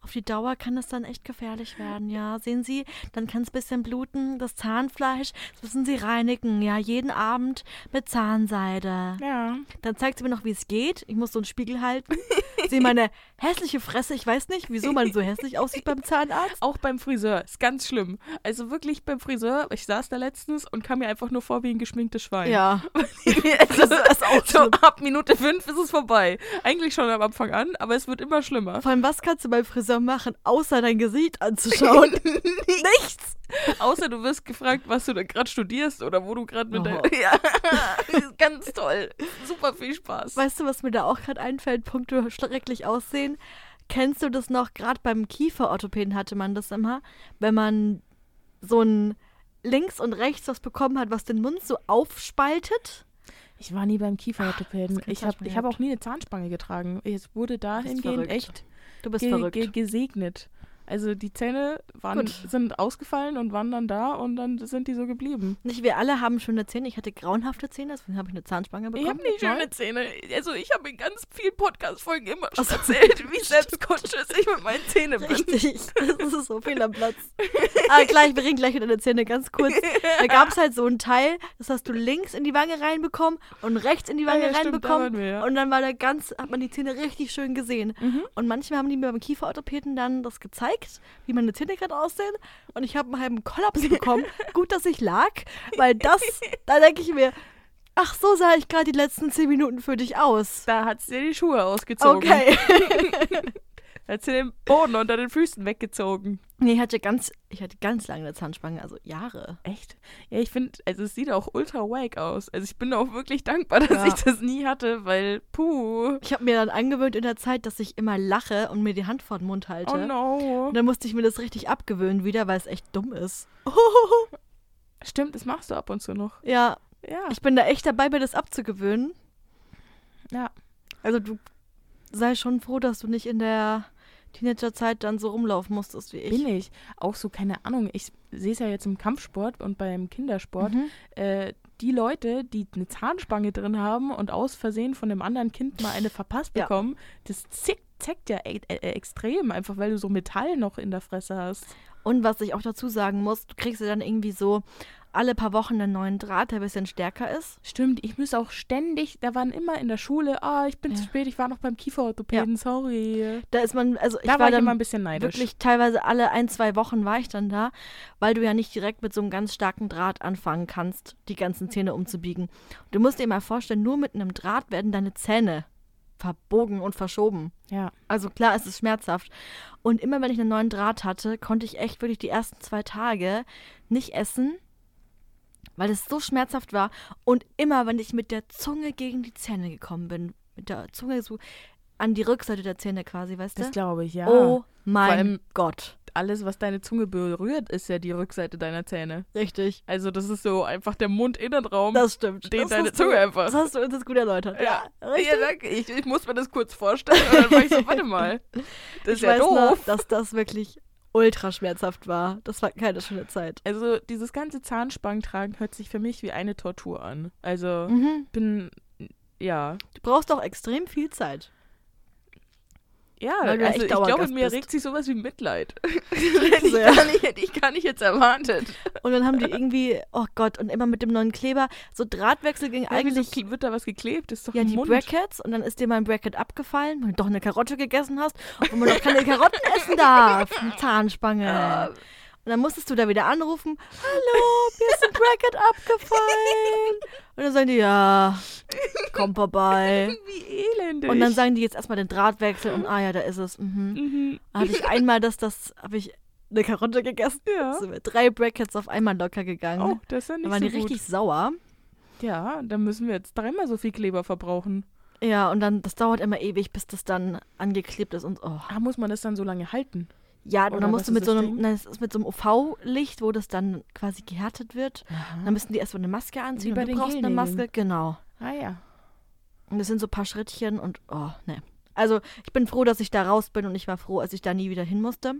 Speaker 1: auf die Dauer kann das dann echt gefährlich werden, ja. Sehen Sie, dann kann es ein bisschen bluten, das Zahnfleisch, das müssen Sie reinigen, ja, jeden Abend mit Zahnseide.
Speaker 2: Ja.
Speaker 1: Dann zeigt sie mir noch, wie es geht. Ich muss so einen Spiegel halten. Sehe meine hässliche Fresse, ich weiß nicht, wieso man so hässlich aussieht beim Zahnarzt.
Speaker 2: Auch beim Friseur ist ganz schlimm. Also wirklich beim Friseur, ich saß da letztens und kam mir einfach nur vor wie ein geschminktes Schwein.
Speaker 1: Ja, Also, das ist auch
Speaker 2: So,
Speaker 1: schlimm.
Speaker 2: ab Minute fünf ist es vorbei. Eigentlich schon am Anfang an, aber es wird immer schlimmer.
Speaker 1: Vor allem, was kannst du beim Friseur machen, außer dein Gesicht anzuschauen? Nichts!
Speaker 2: Außer du wirst gefragt, was du da gerade studierst oder wo du gerade mit
Speaker 1: Oh.
Speaker 2: deinem. Ja, ganz toll. Super viel Spaß.
Speaker 1: Weißt du, was mir da auch gerade einfällt? Punkte schrecklich aussehen. Kennst du das noch? Gerade beim Kieferorthopäden hatte man das immer, wenn man so ein links und rechts was bekommen hat, was den Mund so aufspaltet.
Speaker 2: Ich war nie beim
Speaker 1: Das
Speaker 2: Kieferorthopäden.
Speaker 1: ist keine
Speaker 2: Ich habe
Speaker 1: Zahnspange
Speaker 2: ich hab
Speaker 1: gehabt.
Speaker 2: auch nie eine Zahnspange getragen. Es wurde dahingehend
Speaker 1: verrückt.
Speaker 2: echt
Speaker 1: Du bist
Speaker 2: ge
Speaker 1: verrückt.
Speaker 2: ge gesegnet. Also die Zähne waren,
Speaker 1: Gut.
Speaker 2: sind ausgefallen und waren dann da und dann sind die so geblieben.
Speaker 1: Nicht wir alle haben schöne Zähne. Ich hatte grauenhafte Zähne, deswegen habe ich eine Zahnspange bekommen.
Speaker 2: Ich habe nicht
Speaker 1: Neu.
Speaker 2: schöne Zähne. Also ich habe in ganz vielen Podcast-Folgen immer schon
Speaker 1: Ach so.
Speaker 2: erzählt, wie selbstconscious ich mit meinen Zähnen bin.
Speaker 1: Richtig, das ist so viel am Platz. Ah, gleich, wir reden gleich über deine Zähne, ganz kurz. Da gab es halt so einen Teil, das hast du links in die Wange reinbekommen und rechts in die Wange
Speaker 2: Ah, ja, stimmt, da
Speaker 1: reinbekommen.
Speaker 2: waren wir, ja. Mhm.
Speaker 1: Und dann war da ganz, hat man die Zähne richtig schön gesehen. Und manchmal haben die mir beim Kieferorthopäden dann das gezeigt, wie meine Zähne gerade aussehen. Und ich habe einen halben Kollaps bekommen. Gut, dass ich lag, weil das, da denke ich mir, ach, so sah ich gerade die letzten zehn Minuten für dich aus.
Speaker 2: Da hat sie dir die Schuhe ausgezogen.
Speaker 1: Okay.
Speaker 2: Hat sie den Boden unter den Füßen weggezogen.
Speaker 1: Nee, ich hatte ganz, ich hatte ganz lange eine Zahnspange, also Jahre.
Speaker 2: Echt? Ja, ich finde, also es sieht auch ultra wack aus. Also ich bin auch wirklich dankbar, dass
Speaker 1: Ja.
Speaker 2: ich das nie hatte, weil puh. Oh
Speaker 1: Ich habe mir dann angewöhnt in der Zeit, dass ich immer lache und mir die Hand vor den Mund halte.
Speaker 2: Oh no.
Speaker 1: Und dann musste ich mir das richtig abgewöhnen wieder, weil es echt dumm ist.
Speaker 2: Stimmt, das machst du ab und zu noch.
Speaker 1: Ja,
Speaker 2: Ja.
Speaker 1: ich bin da echt dabei, mir das abzugewöhnen.
Speaker 2: Ja.
Speaker 1: Also du sei schon froh, dass du nicht in der Teenagerzeit dann so rumlaufen musstest wie ich.
Speaker 2: Bin ich. Auch so, keine Ahnung, ich sehe es ja jetzt im Kampfsport und beim Kindersport.
Speaker 1: Mhm.
Speaker 2: Äh, die Leute, die eine Zahnspange drin haben und aus Versehen von einem anderen Kind mal eine verpasst
Speaker 1: Ja.
Speaker 2: bekommen, das zick, zeckt ja e e extrem, einfach weil du so Metall noch in der Fresse hast.
Speaker 1: Und was ich auch dazu sagen muss, du kriegst ja dann irgendwie so alle paar Wochen einen neuen Draht, der ein bisschen stärker ist.
Speaker 2: Stimmt, ich muss auch ständig, da waren immer in der Schule, ah, ich bin
Speaker 1: Ja.
Speaker 2: zu spät, ich war noch beim Kieferorthopäden, sorry.
Speaker 1: Da ist man, also ich
Speaker 2: Da
Speaker 1: war,
Speaker 2: war, ich
Speaker 1: dann
Speaker 2: immer ein bisschen neidisch.
Speaker 1: wirklich teilweise alle ein, zwei Wochen war ich dann da, weil du ja nicht direkt mit so einem ganz starken Draht anfangen kannst, die ganzen Zähne umzubiegen. Du musst dir mal vorstellen, nur mit einem Draht werden deine Zähne verbogen und verschoben.
Speaker 2: Ja.
Speaker 1: Also klar, es ist schmerzhaft. Und immer wenn ich einen neuen Draht hatte, konnte ich echt wirklich die ersten zwei Tage nicht essen, weil es so schmerzhaft war. Und immer wenn ich mit der Zunge gegen die Zähne gekommen bin, mit der Zunge so an die Rückseite der Zähne quasi, weißt du?
Speaker 2: Das glaube ich, ja.
Speaker 1: Oh
Speaker 2: Vor
Speaker 1: mein
Speaker 2: allem-
Speaker 1: Gott.
Speaker 2: alles, was deine Zunge berührt, ist ja die Rückseite deiner Zähne.
Speaker 1: Richtig.
Speaker 2: Also das ist so einfach der Mundinnenraum.
Speaker 1: Das stimmt.
Speaker 2: Um Den
Speaker 1: das
Speaker 2: deine
Speaker 1: hast du-
Speaker 2: Zunge einfach.
Speaker 1: Das hast du uns jetzt gut erläutert. Ja, richtig.
Speaker 2: ja danke. Ich, ich muss mir das kurz vorstellen. Und dann war ich so, warte mal. Das ist
Speaker 1: ich
Speaker 2: ja
Speaker 1: weiß
Speaker 2: doof.
Speaker 1: noch, dass das wirklich ultra schmerzhaft war. Das war keine schöne Zeit.
Speaker 2: Also dieses ganze Zahnspangentragen hört sich für mich wie eine Tortur an. Also bin ja.
Speaker 1: Du brauchst doch extrem viel Zeit.
Speaker 2: Ja,
Speaker 1: Weil du ja
Speaker 2: also
Speaker 1: echt
Speaker 2: ich
Speaker 1: Dauergast
Speaker 2: glaube, in mir
Speaker 1: bist.
Speaker 2: regt sich sowas wie Mitleid.
Speaker 1: Sehr.
Speaker 2: Gar nicht, hätte ich gar nicht jetzt erwartet.
Speaker 1: Und dann haben die irgendwie, oh Gott, und immer mit dem neuen Kleber, so Drahtwechsel ging eigentlich.
Speaker 2: Eigentlich wird da was geklebt, ist doch
Speaker 1: Ja,
Speaker 2: ein
Speaker 1: die
Speaker 2: Mund.
Speaker 1: Brackets und dann ist dir mein Bracket abgefallen, weil du doch eine Karotte gegessen hast und man doch keine Karotten essen darf. Eine Zahnspange.
Speaker 2: Ja.
Speaker 1: Und dann musstest du da wieder anrufen, hallo, mir ist ein Bracket abgefallen. Und dann sagen die, ja, komm vorbei.
Speaker 2: Wie elendig.
Speaker 1: Und dann sagen die jetzt erstmal den Drahtwechsel und ah ja, da ist es. Mhm.
Speaker 2: mhm.
Speaker 1: Hatte ich einmal das, das habe ich eine Karotte gegessen.
Speaker 2: Ja.
Speaker 1: Sind mir drei Brackets auf einmal locker gegangen.
Speaker 2: Oh, das ist ja nicht
Speaker 1: da waren
Speaker 2: so
Speaker 1: die richtig
Speaker 2: gut.
Speaker 1: sauer.
Speaker 2: Ja, dann müssen wir jetzt dreimal so viel Kleber verbrauchen.
Speaker 1: Ja, und dann, das dauert immer ewig, bis das dann angeklebt ist und oh.
Speaker 2: Ah, muss man das dann so lange halten?
Speaker 1: Ja, und
Speaker 2: Oder
Speaker 1: dann musst
Speaker 2: was
Speaker 1: du mit
Speaker 2: ist
Speaker 1: so
Speaker 2: das
Speaker 1: einem,
Speaker 2: Ding?
Speaker 1: nein, es ist mit so einem UV-Licht, wo das dann quasi gehärtet wird. Dann müssen die erstmal eine Maske anziehen.
Speaker 2: Ah. Wie bei
Speaker 1: und du
Speaker 2: den
Speaker 1: brauchst eine
Speaker 2: Gelnägeln.
Speaker 1: Maske, genau.
Speaker 2: Ah ja.
Speaker 1: Und es sind so ein paar Schrittchen und oh, ne. Also ich bin froh, dass ich da raus bin und ich war froh, als ich da nie wieder hin musste.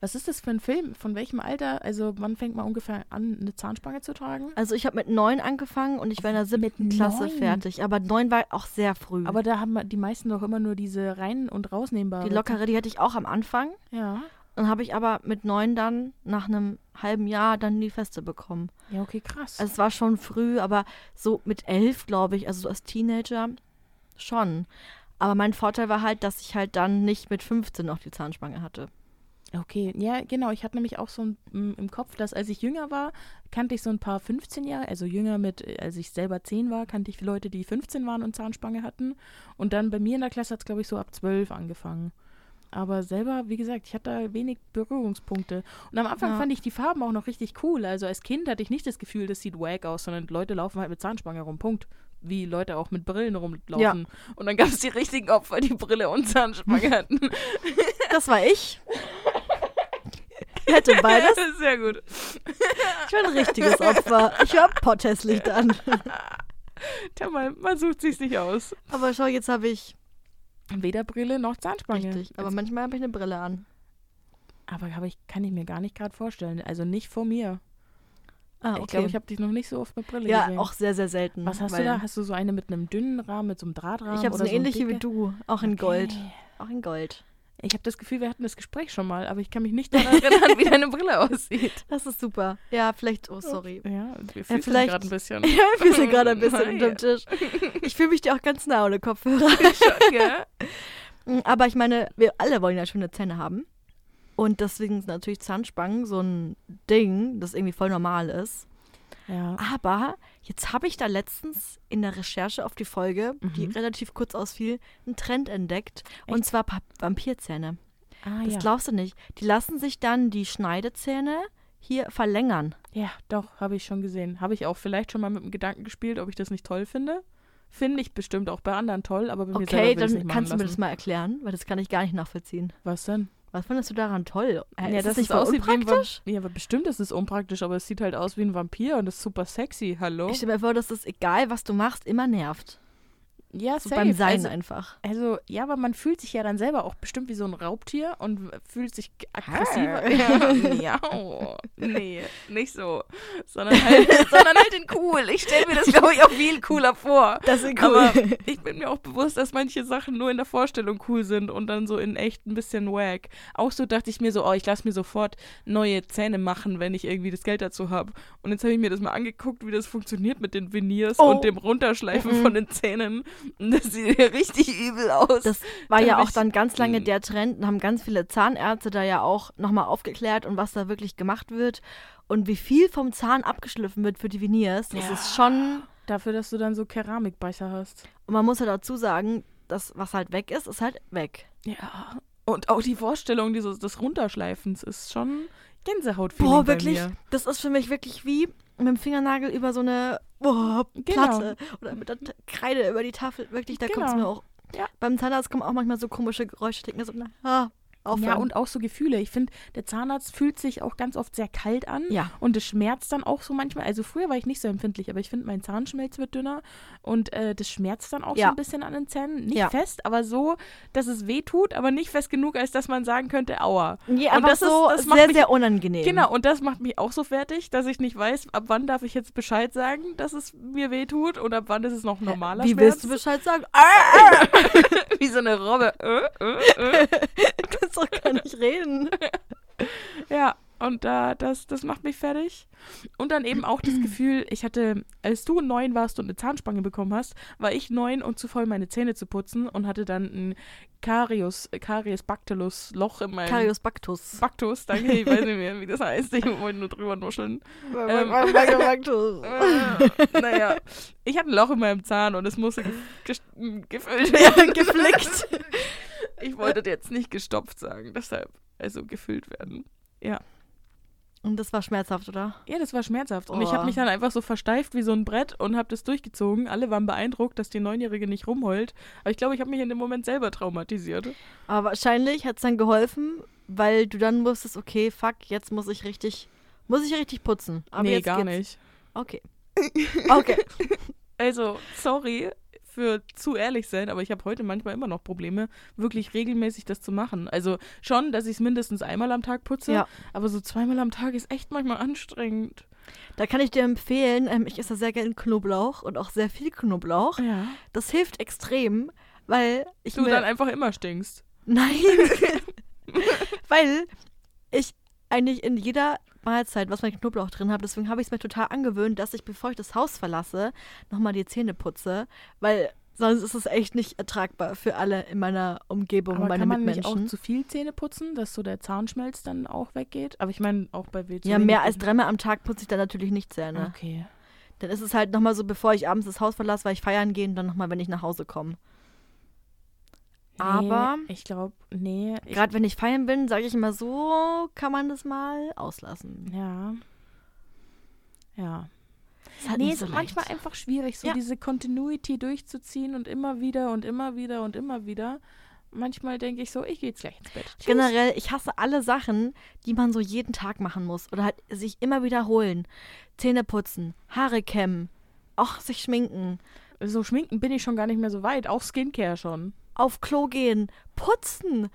Speaker 2: Was ist das für ein Film? Von welchem Alter? Also wann fängt man ungefähr an, eine Zahnspange zu tragen?
Speaker 1: Also ich habe mit neun angefangen und ich war in der siebten
Speaker 2: Also Mit
Speaker 1: Klasse
Speaker 2: neun?
Speaker 1: fertig. Aber neun war auch sehr früh.
Speaker 2: Aber da haben die meisten doch immer nur diese rein- und rausnehmbare.
Speaker 1: die lockere, die hatte ich auch am Anfang.
Speaker 2: Ja.
Speaker 1: Dann habe ich aber mit neun dann nach einem halben Jahr dann die Feste bekommen.
Speaker 2: Ja, okay, krass.
Speaker 1: Also es war schon früh, aber so mit elf, glaube ich, also so als Teenager schon. Aber mein Vorteil war halt, dass ich halt dann nicht mit 15 noch die Zahnspange hatte.
Speaker 2: okay, ja, genau. Ich hatte nämlich auch so ein, m, im Kopf, dass als ich jünger war, kannte ich so ein paar 15 Jahre, also jünger mit, äh, als ich selber 10 war, kannte ich Leute, die 15 waren und Zahnspange hatten. Und dann bei mir in der Klasse hat es, glaube ich, so ab 12 angefangen. Aber selber, wie gesagt, ich hatte da wenig Berührungspunkte. Und am Anfang
Speaker 1: Ja.
Speaker 2: fand ich die Farben auch noch richtig cool. Also als Kind hatte ich nicht das Gefühl, das sieht wack aus, sondern Leute laufen halt mit Zahnspange rum. Punkt. Wie Leute auch mit Brillen rumlaufen. Und dann gab es die richtigen Opfer, die Brille und Zahnspange hatten.
Speaker 1: Das war ich. Ich hatte beides.
Speaker 2: Sehr gut.
Speaker 1: Ich war ein richtiges Opfer. Ich war Potteslicht an.
Speaker 2: Tja, mal, man sucht sich nicht aus.
Speaker 1: Aber schau, jetzt habe ich
Speaker 2: Weder Brille noch Zahnspange.
Speaker 1: Richtig, aber manchmal habe ich eine Brille an.
Speaker 2: aber hab ich, kann ich mir gar nicht gerade vorstellen. Also nicht vor mir.
Speaker 1: Ah,
Speaker 2: Ich glaube, ich habe dich noch nicht so oft mit Brille
Speaker 1: ja,
Speaker 2: gesehen.
Speaker 1: auch sehr, sehr selten.
Speaker 2: Was hast du
Speaker 1: weil
Speaker 2: da? Hast du so eine mit einem dünnen Rahmen, mit so einem Drahtrahmen?
Speaker 1: Ich habe so
Speaker 2: oder
Speaker 1: eine ähnliche
Speaker 2: dicke?
Speaker 1: wie du, auch in Gold.
Speaker 2: Okay.
Speaker 1: Auch in Gold.
Speaker 2: Ich habe das Gefühl, wir hatten das Gespräch schon mal, aber ich kann mich nicht daran erinnern, wie deine Brille aussieht.
Speaker 1: Das ist super. Ja, vielleicht, oh sorry.
Speaker 2: Ja, wir fühlen
Speaker 1: vielleicht-
Speaker 2: gerade ein bisschen.
Speaker 1: Ja, wir sind gerade ein bisschen
Speaker 2: Hi.
Speaker 1: unterm Tisch. Ich fühle mich dir auch ganz nah ohne Kopfhörer.
Speaker 2: Schon, gell?
Speaker 1: Mm, Aber ich meine, wir alle wollen ja schöne Zähne haben. Und deswegen ist natürlich Zahnspangen so ein Ding, das irgendwie voll normal ist.
Speaker 2: Ja.
Speaker 1: Ah, Aber jetzt habe ich da letztens in der Recherche auf die Folge, die relativ kurz ausfiel, einen Trend entdeckt. Und
Speaker 2: Mhm. Echt?
Speaker 1: zwar Pa- Vampirzähne.
Speaker 2: Ah,
Speaker 1: Das
Speaker 2: ja.
Speaker 1: glaubst du nicht. Die lassen sich dann die Schneidezähne hier verlängern.
Speaker 2: Ja, doch, habe ich schon gesehen. Habe ich auch vielleicht schon mal mit dem Gedanken gespielt, ob ich das nicht toll finde. Finde ich bestimmt auch bei anderen toll, aber bei mir selber
Speaker 1: Okay,
Speaker 2: will ich's
Speaker 1: dann
Speaker 2: nicht
Speaker 1: kannst du
Speaker 2: machen
Speaker 1: mir das
Speaker 2: lassen.
Speaker 1: mal erklären, weil das kann ich gar nicht nachvollziehen.
Speaker 2: Was denn?
Speaker 1: Was findest du daran toll? Äh,
Speaker 2: ja,
Speaker 1: ist das
Speaker 2: dass
Speaker 1: nicht
Speaker 2: es
Speaker 1: voll
Speaker 2: aussieht wie ein
Speaker 1: unpraktisch?
Speaker 2: Vamp- Ja, aber bestimmt ist es unpraktisch, aber es sieht halt aus wie ein Vampir und ist super sexy. Hallo?
Speaker 1: Ich stelle mir vor, dass das egal, was du machst, immer nervt.
Speaker 2: ja,
Speaker 1: So beim Sein
Speaker 2: Also,
Speaker 1: einfach.
Speaker 2: also, ja, aber man fühlt sich ja dann selber auch bestimmt wie so ein Raubtier und fühlt sich g-
Speaker 1: Arr.
Speaker 2: aggressiver. Ja, miau. nee, nicht so. Sondern halt, sondern halt in cool. Ich stelle mir das, glaube ich, auch viel cooler vor.
Speaker 1: Das ist
Speaker 2: Aber ich bin mir auch bewusst, dass manche Sachen nur in der Vorstellung cool sind und dann so in echt ein bisschen wack. Auch so dachte ich mir so, oh, ich lasse mir sofort neue Zähne machen, wenn ich irgendwie das Geld dazu habe. Und jetzt habe ich mir das mal angeguckt, wie das funktioniert mit den Veneers
Speaker 1: Oh.
Speaker 2: und dem Runterschleifen
Speaker 1: Mhm.
Speaker 2: von den Zähnen. Und das sieht richtig übel aus.
Speaker 1: Das war
Speaker 2: Dann
Speaker 1: ja
Speaker 2: bin
Speaker 1: auch
Speaker 2: ich-
Speaker 1: dann ganz lange
Speaker 2: Mm.
Speaker 1: der Trend und haben ganz viele Zahnärzte da ja auch nochmal aufgeklärt und was da wirklich gemacht wird und wie viel vom Zahn abgeschliffen wird für die Veneers. Das
Speaker 2: Ja.
Speaker 1: ist schon.
Speaker 2: Dafür, dass du dann so Keramikbeißer hast.
Speaker 1: Und man muss ja dazu sagen, das, was halt weg ist, ist halt weg.
Speaker 2: Ja. Und auch die Vorstellung dieses, des Runterschleifens ist schon Gänsehaut
Speaker 1: Boah, wirklich. Das ist für mich wirklich wie mit dem Fingernagel über so eine boah, Platte oder mit der Ta- Kreide über die Tafel. Wirklich, da kommt es
Speaker 2: Genau. Genau.
Speaker 1: mir auch.
Speaker 2: Ja.
Speaker 1: Beim Zahnarzt kommen auch manchmal so komische Geräusche. Ich denke mir so, na, ah,
Speaker 2: Ja,
Speaker 1: aufwärmen.
Speaker 2: und auch so Gefühle. Ich finde, der Zahnarzt fühlt sich auch ganz oft sehr kalt an.
Speaker 1: Ja.
Speaker 2: Und es schmerzt dann auch so manchmal. Also früher war ich nicht so empfindlich, aber ich finde, mein Zahnschmelz wird dünner und äh, das schmerzt dann auch
Speaker 1: Ja.
Speaker 2: so ein bisschen an den Zähnen. Nicht
Speaker 1: Ja.
Speaker 2: fest, aber so, dass es weh tut, aber nicht fest genug, als dass man sagen könnte, aua.
Speaker 1: ja,
Speaker 2: und
Speaker 1: aber
Speaker 2: das ist-
Speaker 1: so
Speaker 2: das macht
Speaker 1: sehr,
Speaker 2: mich-
Speaker 1: sehr unangenehm.
Speaker 2: Genau, und das macht mich auch so fertig, dass ich nicht weiß, ab wann darf ich jetzt Bescheid sagen, dass es mir weh tut und ab wann ist es noch ein normaler
Speaker 1: Wie
Speaker 2: Schmerz.
Speaker 1: willst du Bescheid sagen? Ah,
Speaker 2: Wie so eine Robbe. Äh, äh, äh.
Speaker 1: kannst doch gar nicht reden.
Speaker 2: Ja, und äh, das, das macht mich fertig. Und dann eben auch das Gefühl, ich hatte, als du neun warst und eine Zahnspange bekommen hast, war ich neun und zu voll, meine Zähne zu putzen und hatte dann ein Karius, Karies Bactylus Loch in meinem
Speaker 1: Carius Bactus.
Speaker 2: Bactus. Danke, ich weiß nicht mehr, wie das heißt. Ich wollte nur drüber nuscheln.
Speaker 1: Äh,
Speaker 2: Ähm.
Speaker 1: Bactus.
Speaker 2: Äh, naja, ich hatte ein Loch in meinem Zahn und es musste ge ges- gefüllt
Speaker 1: Ja,
Speaker 2: werden.
Speaker 1: geflickt.
Speaker 2: Ich wollte jetzt nicht gestopft sagen, deshalb, also gefüllt werden.
Speaker 1: Und das war schmerzhaft, oder?
Speaker 2: Ja, das war schmerzhaft. Und ich
Speaker 1: Oh.
Speaker 2: habe mich dann einfach so versteift wie so ein Brett und habe das durchgezogen. Alle waren beeindruckt, dass die Neunjährige nicht rumheult. Aber ich glaube, ich habe mich in dem Moment selber traumatisiert.
Speaker 1: Aber wahrscheinlich hat es dann geholfen, weil du dann wusstest, okay, fuck, jetzt muss ich richtig, muss ich richtig putzen. Aber
Speaker 2: nee,
Speaker 1: jetzt
Speaker 2: gar
Speaker 1: geht's.
Speaker 2: nicht.
Speaker 1: Okay. Okay.
Speaker 2: Also, sorry für zu ehrlich sein, aber ich habe heute manchmal immer noch Probleme, wirklich regelmäßig das zu machen. Also schon, dass ich es mindestens einmal am Tag putze,
Speaker 1: Ja.
Speaker 2: aber so zweimal am Tag ist echt manchmal anstrengend.
Speaker 1: Da kann ich dir empfehlen, ähm, ich esse sehr gerne Knoblauch und auch sehr viel Knoblauch.
Speaker 2: Ja.
Speaker 1: Das hilft extrem, weil ich
Speaker 2: Du
Speaker 1: mir
Speaker 2: dann einfach immer stinkst.
Speaker 1: Nein. Weil ich eigentlich in jeder Mahlzeit, was mein Knoblauch drin habe, deswegen habe ich es mir total angewöhnt, dass ich, bevor ich das Haus verlasse, nochmal die Zähne putze, weil sonst ist es echt nicht ertragbar für alle in meiner Umgebung,
Speaker 2: Aber
Speaker 1: meine
Speaker 2: kann man nicht
Speaker 1: Mitmenschen.
Speaker 2: auch zu viel Zähne putzen, dass so der Zahnschmelz dann auch weggeht? Aber ich meine, auch bei Weh zu
Speaker 1: ja,
Speaker 2: wenig
Speaker 1: mehr als
Speaker 2: Zähne-
Speaker 1: dreimal am Tag putze ich dann natürlich nicht Zähne.
Speaker 2: Okay.
Speaker 1: Dann ist es halt nochmal so, bevor ich abends das Haus verlasse, weil ich feiern gehe und dann nochmal, wenn ich nach Hause komme. Aber
Speaker 2: Nee, ich glaube, nee. Ich,
Speaker 1: gerade wenn ich feiern bin, sage ich immer, so kann man das mal auslassen.
Speaker 2: ja. Ja.
Speaker 1: Ist halt
Speaker 2: Nee,
Speaker 1: nicht
Speaker 2: es
Speaker 1: so
Speaker 2: ist manchmal
Speaker 1: leicht.
Speaker 2: einfach schwierig, so
Speaker 1: Ja.
Speaker 2: diese Continuity durchzuziehen und immer wieder und immer wieder und immer wieder. Manchmal denke ich so, ich gehe jetzt gleich ins Bett. Tschüss.
Speaker 1: Generell, ich hasse alle Sachen, die man so jeden Tag machen muss oder halt sich immer wiederholen. Zähne putzen, Haare kämmen, auch sich schminken,
Speaker 2: So schminken bin ich schon gar nicht mehr so weit. Auch Skincare schon.
Speaker 1: auf Klo gehen, putzen,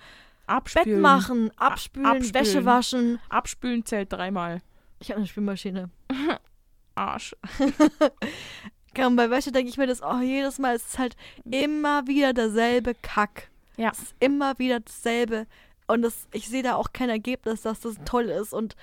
Speaker 2: Abspülen.
Speaker 1: Bett machen, abspülen,
Speaker 2: abspülen.
Speaker 1: Wäsche waschen.
Speaker 2: Abspülen zählt dreimal.
Speaker 1: Ich habe eine Spülmaschine.
Speaker 2: Arsch.
Speaker 1: Ja, Und bei Wäsche denke ich mir das auch jedes Mal. Es ist halt immer wieder derselbe Kack.
Speaker 2: Ja.
Speaker 1: Es ist immer wieder dasselbe. Und das, ich sehe da auch kein Ergebnis, dass das toll ist. Und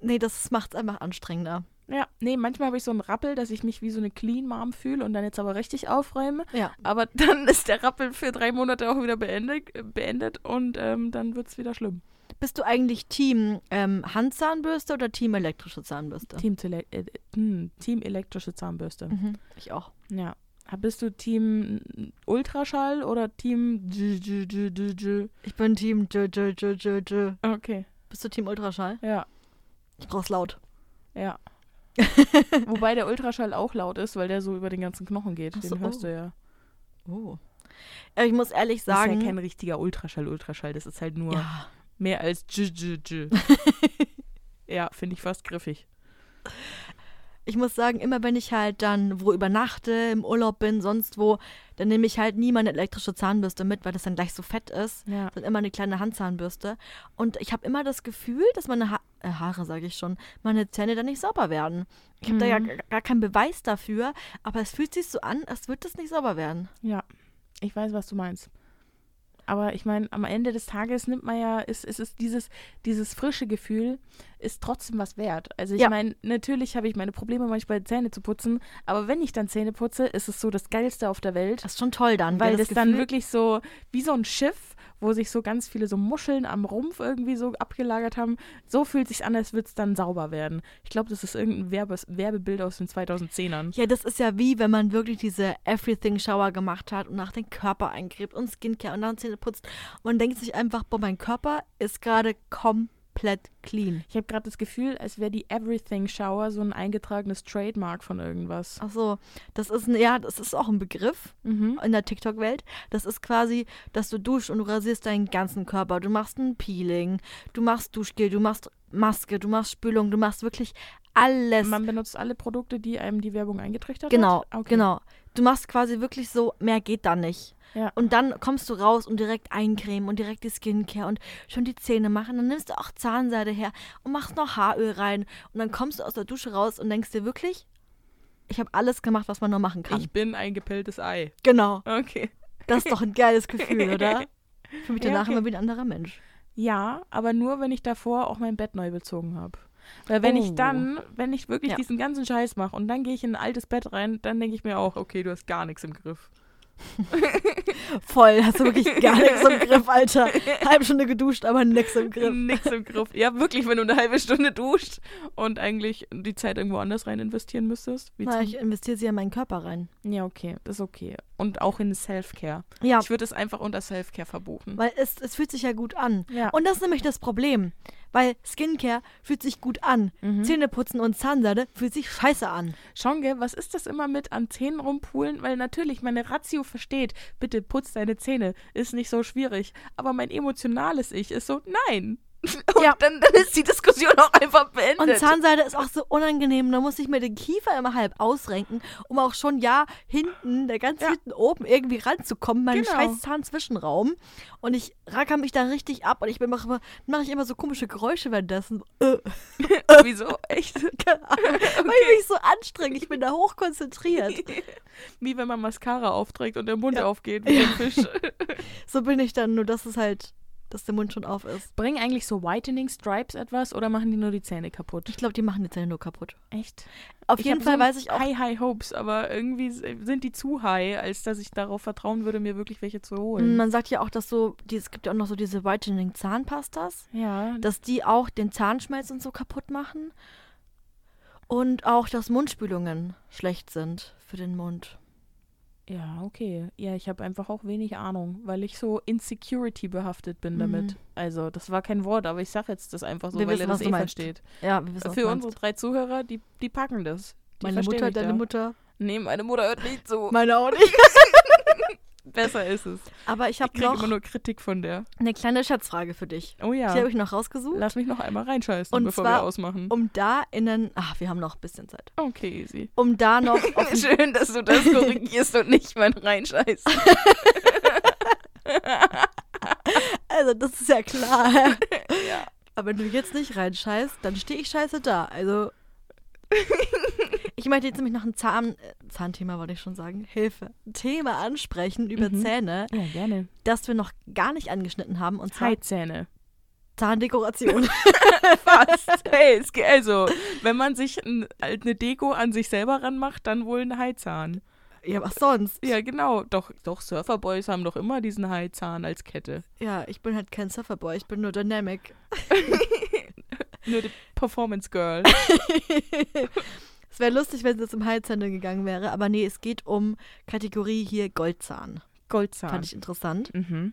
Speaker 1: nee, das macht es einfach anstrengender.
Speaker 2: Ja, nee, manchmal habe ich so einen Rappel, dass ich mich wie so eine Clean Mom fühle und dann jetzt aber richtig aufräume.
Speaker 1: Ja.
Speaker 2: Aber dann ist der Rappel für drei Monate auch wieder beendet, beendet und ähm, dann wird es wieder schlimm.
Speaker 1: Bist du eigentlich Team ähm, Handzahnbürste oder Team elektrische Zahnbürste?
Speaker 2: Team, Tele- äh, hm, Team elektrische Zahnbürste.
Speaker 1: Mhm. Ich auch.
Speaker 2: Ja. Bist du Team Ultraschall oder Team. Dsch, dsch, dsch, dsch, dsch?
Speaker 1: Ich bin Team Dö, Dö, Dö, Dö, Dö.
Speaker 2: Okay,
Speaker 1: Bist du Team Ultraschall?
Speaker 2: ja,
Speaker 1: Ich brauch's laut.
Speaker 2: ja. Wobei der Ultraschall auch laut ist, weil der so über den ganzen Knochen geht.
Speaker 1: Ach
Speaker 2: Den
Speaker 1: so,
Speaker 2: hörst
Speaker 1: oh.
Speaker 2: du ja.
Speaker 1: Oh. Aber ich muss ehrlich
Speaker 2: Das
Speaker 1: sagen.
Speaker 2: ist ja kein richtiger Ultraschall, Ultraschall. Das ist halt nur
Speaker 1: ja,
Speaker 2: mehr als. Dsch, dsch, dsch. ja, finde ich fast griffig.
Speaker 1: ich muss sagen, immer wenn ich halt dann wo übernachte, im Urlaub bin, sonst wo, dann nehme ich halt nie meine elektrische Zahnbürste mit, weil das dann gleich so fett ist.
Speaker 2: Ja.
Speaker 1: Dann immer eine kleine Handzahnbürste. Und ich habe immer das Gefühl, dass meine ha äh, Haare, sage ich schon, meine Zähne dann nicht sauber werden. Ich habe da ja
Speaker 2: Mhm.
Speaker 1: gar, gar keinen Beweis dafür, aber es fühlt sich so an, als würde es nicht sauber werden.
Speaker 2: Ja, ich weiß, was du meinst. Aber ich meine, am Ende des Tages nimmt man ja, ist, ist, ist dieses, dieses frische Gefühl ist trotzdem was wert. Also ich
Speaker 1: Ja.
Speaker 2: meine, natürlich habe ich meine Probleme manchmal Zähne zu putzen, aber wenn ich dann Zähne putze, ist es so das Geilste auf der Welt,
Speaker 1: Das ist schon toll dann,
Speaker 2: weil das,
Speaker 1: das
Speaker 2: dann
Speaker 1: Gefühl-
Speaker 2: wirklich so wie so ein Schiff, wo sich so ganz viele so Muscheln am Rumpf irgendwie so abgelagert haben. So fühlt sich an, als würde es dann sauber werden. Ich glaube, das ist irgendein Werbes Werbebild aus den 2010ern.
Speaker 1: Ja, das ist ja wie, wenn man wirklich diese Everything-Shower gemacht hat und nach den Körper eingrebt und Skincare und dann Zähne putzt. Und man denkt sich einfach, boah, mein Körper ist gerade komplett komplett clean.
Speaker 2: Ich habe gerade das Gefühl, als wäre die Everything Shower so ein eingetragenes Trademark von irgendwas.
Speaker 1: Ach so, das ist ein, ja, das ist auch ein Begriff
Speaker 2: Mhm.
Speaker 1: in der TikTok-Welt. Das ist quasi, dass du duschst und du rasierst deinen ganzen Körper. Du machst ein Peeling, du machst Duschgel, du machst Maske, du machst Spülung, du machst wirklich alles.
Speaker 2: Man benutzt alle Produkte, die einem die Werbung eingetrichtert
Speaker 1: Genau,
Speaker 2: hat? Okay.
Speaker 1: genau. Du machst quasi wirklich so, mehr geht da nicht.
Speaker 2: Ja.
Speaker 1: Und dann kommst du raus und direkt eincremen und direkt die Skincare und schon die Zähne machen. Dann nimmst du auch Zahnseide her und machst noch Haaröl rein. Und dann kommst du aus der Dusche raus und denkst dir wirklich, ich habe alles gemacht, was man nur machen kann.
Speaker 2: Ich bin ein gepelltes Ei.
Speaker 1: genau.
Speaker 2: Okay.
Speaker 1: Das ist doch ein geiles Gefühl, oder? Ich fühle mich
Speaker 2: Ja,
Speaker 1: danach
Speaker 2: okay.
Speaker 1: immer wie ein anderer Mensch.
Speaker 2: Ja, aber nur, wenn ich davor auch mein Bett neu bezogen habe. Weil wenn ich
Speaker 1: Oh.
Speaker 2: dann, wenn ich wirklich
Speaker 1: Ja.
Speaker 2: diesen ganzen Scheiß mache und dann gehe ich in ein altes Bett rein, dann denke ich mir auch, okay, du hast gar nichts im Griff.
Speaker 1: Voll, hast du wirklich gar nichts im Griff, Alter. Halb Stunde geduscht, aber nichts im Griff.
Speaker 2: Nix im Griff. Ja, wirklich, wenn du eine halbe Stunde duscht und eigentlich die Zeit irgendwo anders rein investieren müsstest. Wie
Speaker 1: Na,
Speaker 2: zum-
Speaker 1: ich investiere sie in meinen Körper rein.
Speaker 2: ja, okay, das ist okay. Und auch in Self-Care.
Speaker 1: Ja,
Speaker 2: Ich würde es einfach unter Self-Care verbuchen.
Speaker 1: weil es, es fühlt sich ja gut an.
Speaker 2: Ja.
Speaker 1: Und das ist nämlich das Problem, weil Skincare fühlt sich gut an.
Speaker 2: Mhm.
Speaker 1: Zähneputzen und Zahnseide fühlt sich scheiße an.
Speaker 2: Schon, gell, was ist das immer mit an Zähnen rumpulen? Weil natürlich, meine Ratio versteht, bitte putz deine Zähne, ist nicht so schwierig. Aber mein emotionales Ich ist so, nein. Und
Speaker 1: Ja.
Speaker 2: dann, dann ist die Diskussion auch einfach beendet.
Speaker 1: Und Zahnseide ist auch so unangenehm, da muss ich mir den Kiefer immer halb ausrenken, um auch schon ja hinten, der ganz
Speaker 2: Ja.
Speaker 1: hinten oben irgendwie ranzukommen, meinen
Speaker 2: Genau.
Speaker 1: scheiß Zahnzwischenraum. Und ich racker mich da richtig ab und ich mache immer, mach ich immer so komische Geräusche währenddessen. Äh,
Speaker 2: Wieso? Echt?
Speaker 1: Weil ich mich so anstrenge, ich bin da hochkonzentriert.
Speaker 2: Wie wenn man Mascara aufträgt und der Mund aufgeht wie
Speaker 1: Ja.
Speaker 2: ein Fisch.
Speaker 1: So bin ich dann, nur dass es halt, dass der Mund schon auf ist.
Speaker 2: Bringen eigentlich so Whitening Stripes etwas oder machen die nur die Zähne kaputt?
Speaker 1: Ich glaube, die machen die Zähne nur kaputt.
Speaker 2: Echt?
Speaker 1: Auf
Speaker 2: Ich
Speaker 1: jeden
Speaker 2: hab
Speaker 1: Fall
Speaker 2: so
Speaker 1: weiß ich auch,
Speaker 2: High, high hopes, aber irgendwie s- sind die zu high, als dass ich darauf vertrauen würde, mir wirklich welche zu holen.
Speaker 1: man sagt ja auch, dass so, die, es gibt ja auch noch so diese Whitening Zahnpastas,
Speaker 2: Ja,
Speaker 1: dass die auch den Zahnschmelz und so kaputt machen. Und auch, dass Mundspülungen schlecht sind für den Mund.
Speaker 2: Ja, okay. Ja, ich habe einfach auch wenig Ahnung, weil ich so insecurity behaftet bin damit.
Speaker 1: Mhm.
Speaker 2: Also, das war kein Wort, aber ich sage jetzt das einfach so,
Speaker 1: Wir
Speaker 2: weil
Speaker 1: wissen,
Speaker 2: ihr das
Speaker 1: was du
Speaker 2: eh
Speaker 1: meinst.
Speaker 2: versteht.
Speaker 1: Ja, wir wissen was
Speaker 2: Für
Speaker 1: du meinst.
Speaker 2: unsere drei Zuhörer, die, die packen das. Die
Speaker 1: Meine
Speaker 2: verstehen
Speaker 1: Mutter,
Speaker 2: mich
Speaker 1: deine
Speaker 2: da.
Speaker 1: Mutter.
Speaker 2: Nee, meine Mutter hört nicht so.
Speaker 1: Meine auch nicht.
Speaker 2: Besser ist es.
Speaker 1: Aber ich
Speaker 2: Ich
Speaker 1: habe
Speaker 2: kriege
Speaker 1: noch
Speaker 2: immer nur Kritik von der.
Speaker 1: eine kleine Schatzfrage für dich.
Speaker 2: Oh
Speaker 1: Die habe
Speaker 2: ja.
Speaker 1: ich noch rausgesucht.
Speaker 2: Lass mich noch einmal reinscheißen,
Speaker 1: Und
Speaker 2: bevor wir
Speaker 1: zwar
Speaker 2: ausmachen.
Speaker 1: um da in den. Ach, wir haben noch ein bisschen Zeit.
Speaker 2: Okay, easy.
Speaker 1: Um da noch auf den
Speaker 2: Schön, dass du das korrigierst und nicht mein reinscheißt.
Speaker 1: Also, das ist ja klar. Aber wenn du jetzt nicht reinscheißt, dann stehe ich scheiße da. Also. Ich möchte jetzt nämlich noch ein Zahn, äh, Zahnthema, wollte ich schon sagen, Hilfe, ein Thema ansprechen über
Speaker 2: Mhm.
Speaker 1: Zähne,
Speaker 2: Ja, gerne.
Speaker 1: das wir noch gar nicht angeschnitten haben, und zwar
Speaker 2: Haizähne.
Speaker 1: Zahndekoration.
Speaker 2: Fast. Hey, es geht also, wenn man sich ein, eine Deko an sich selber ranmacht, dann wohl ein Haizahn.
Speaker 1: ja, was sonst?
Speaker 2: Ja, genau. Doch, doch Surferboys haben doch immer diesen Haizahn als Kette.
Speaker 1: Ja, ich bin halt kein Surferboy, ich bin nur Dynamic.
Speaker 2: Nur die Performance Girl.
Speaker 1: Es wäre lustig, wenn es jetzt um Heilzähne gegangen wäre, aber nee, es geht um Kategorie hier Goldzahn.
Speaker 2: Goldzahn.
Speaker 1: Fand ich interessant.
Speaker 2: Mhm.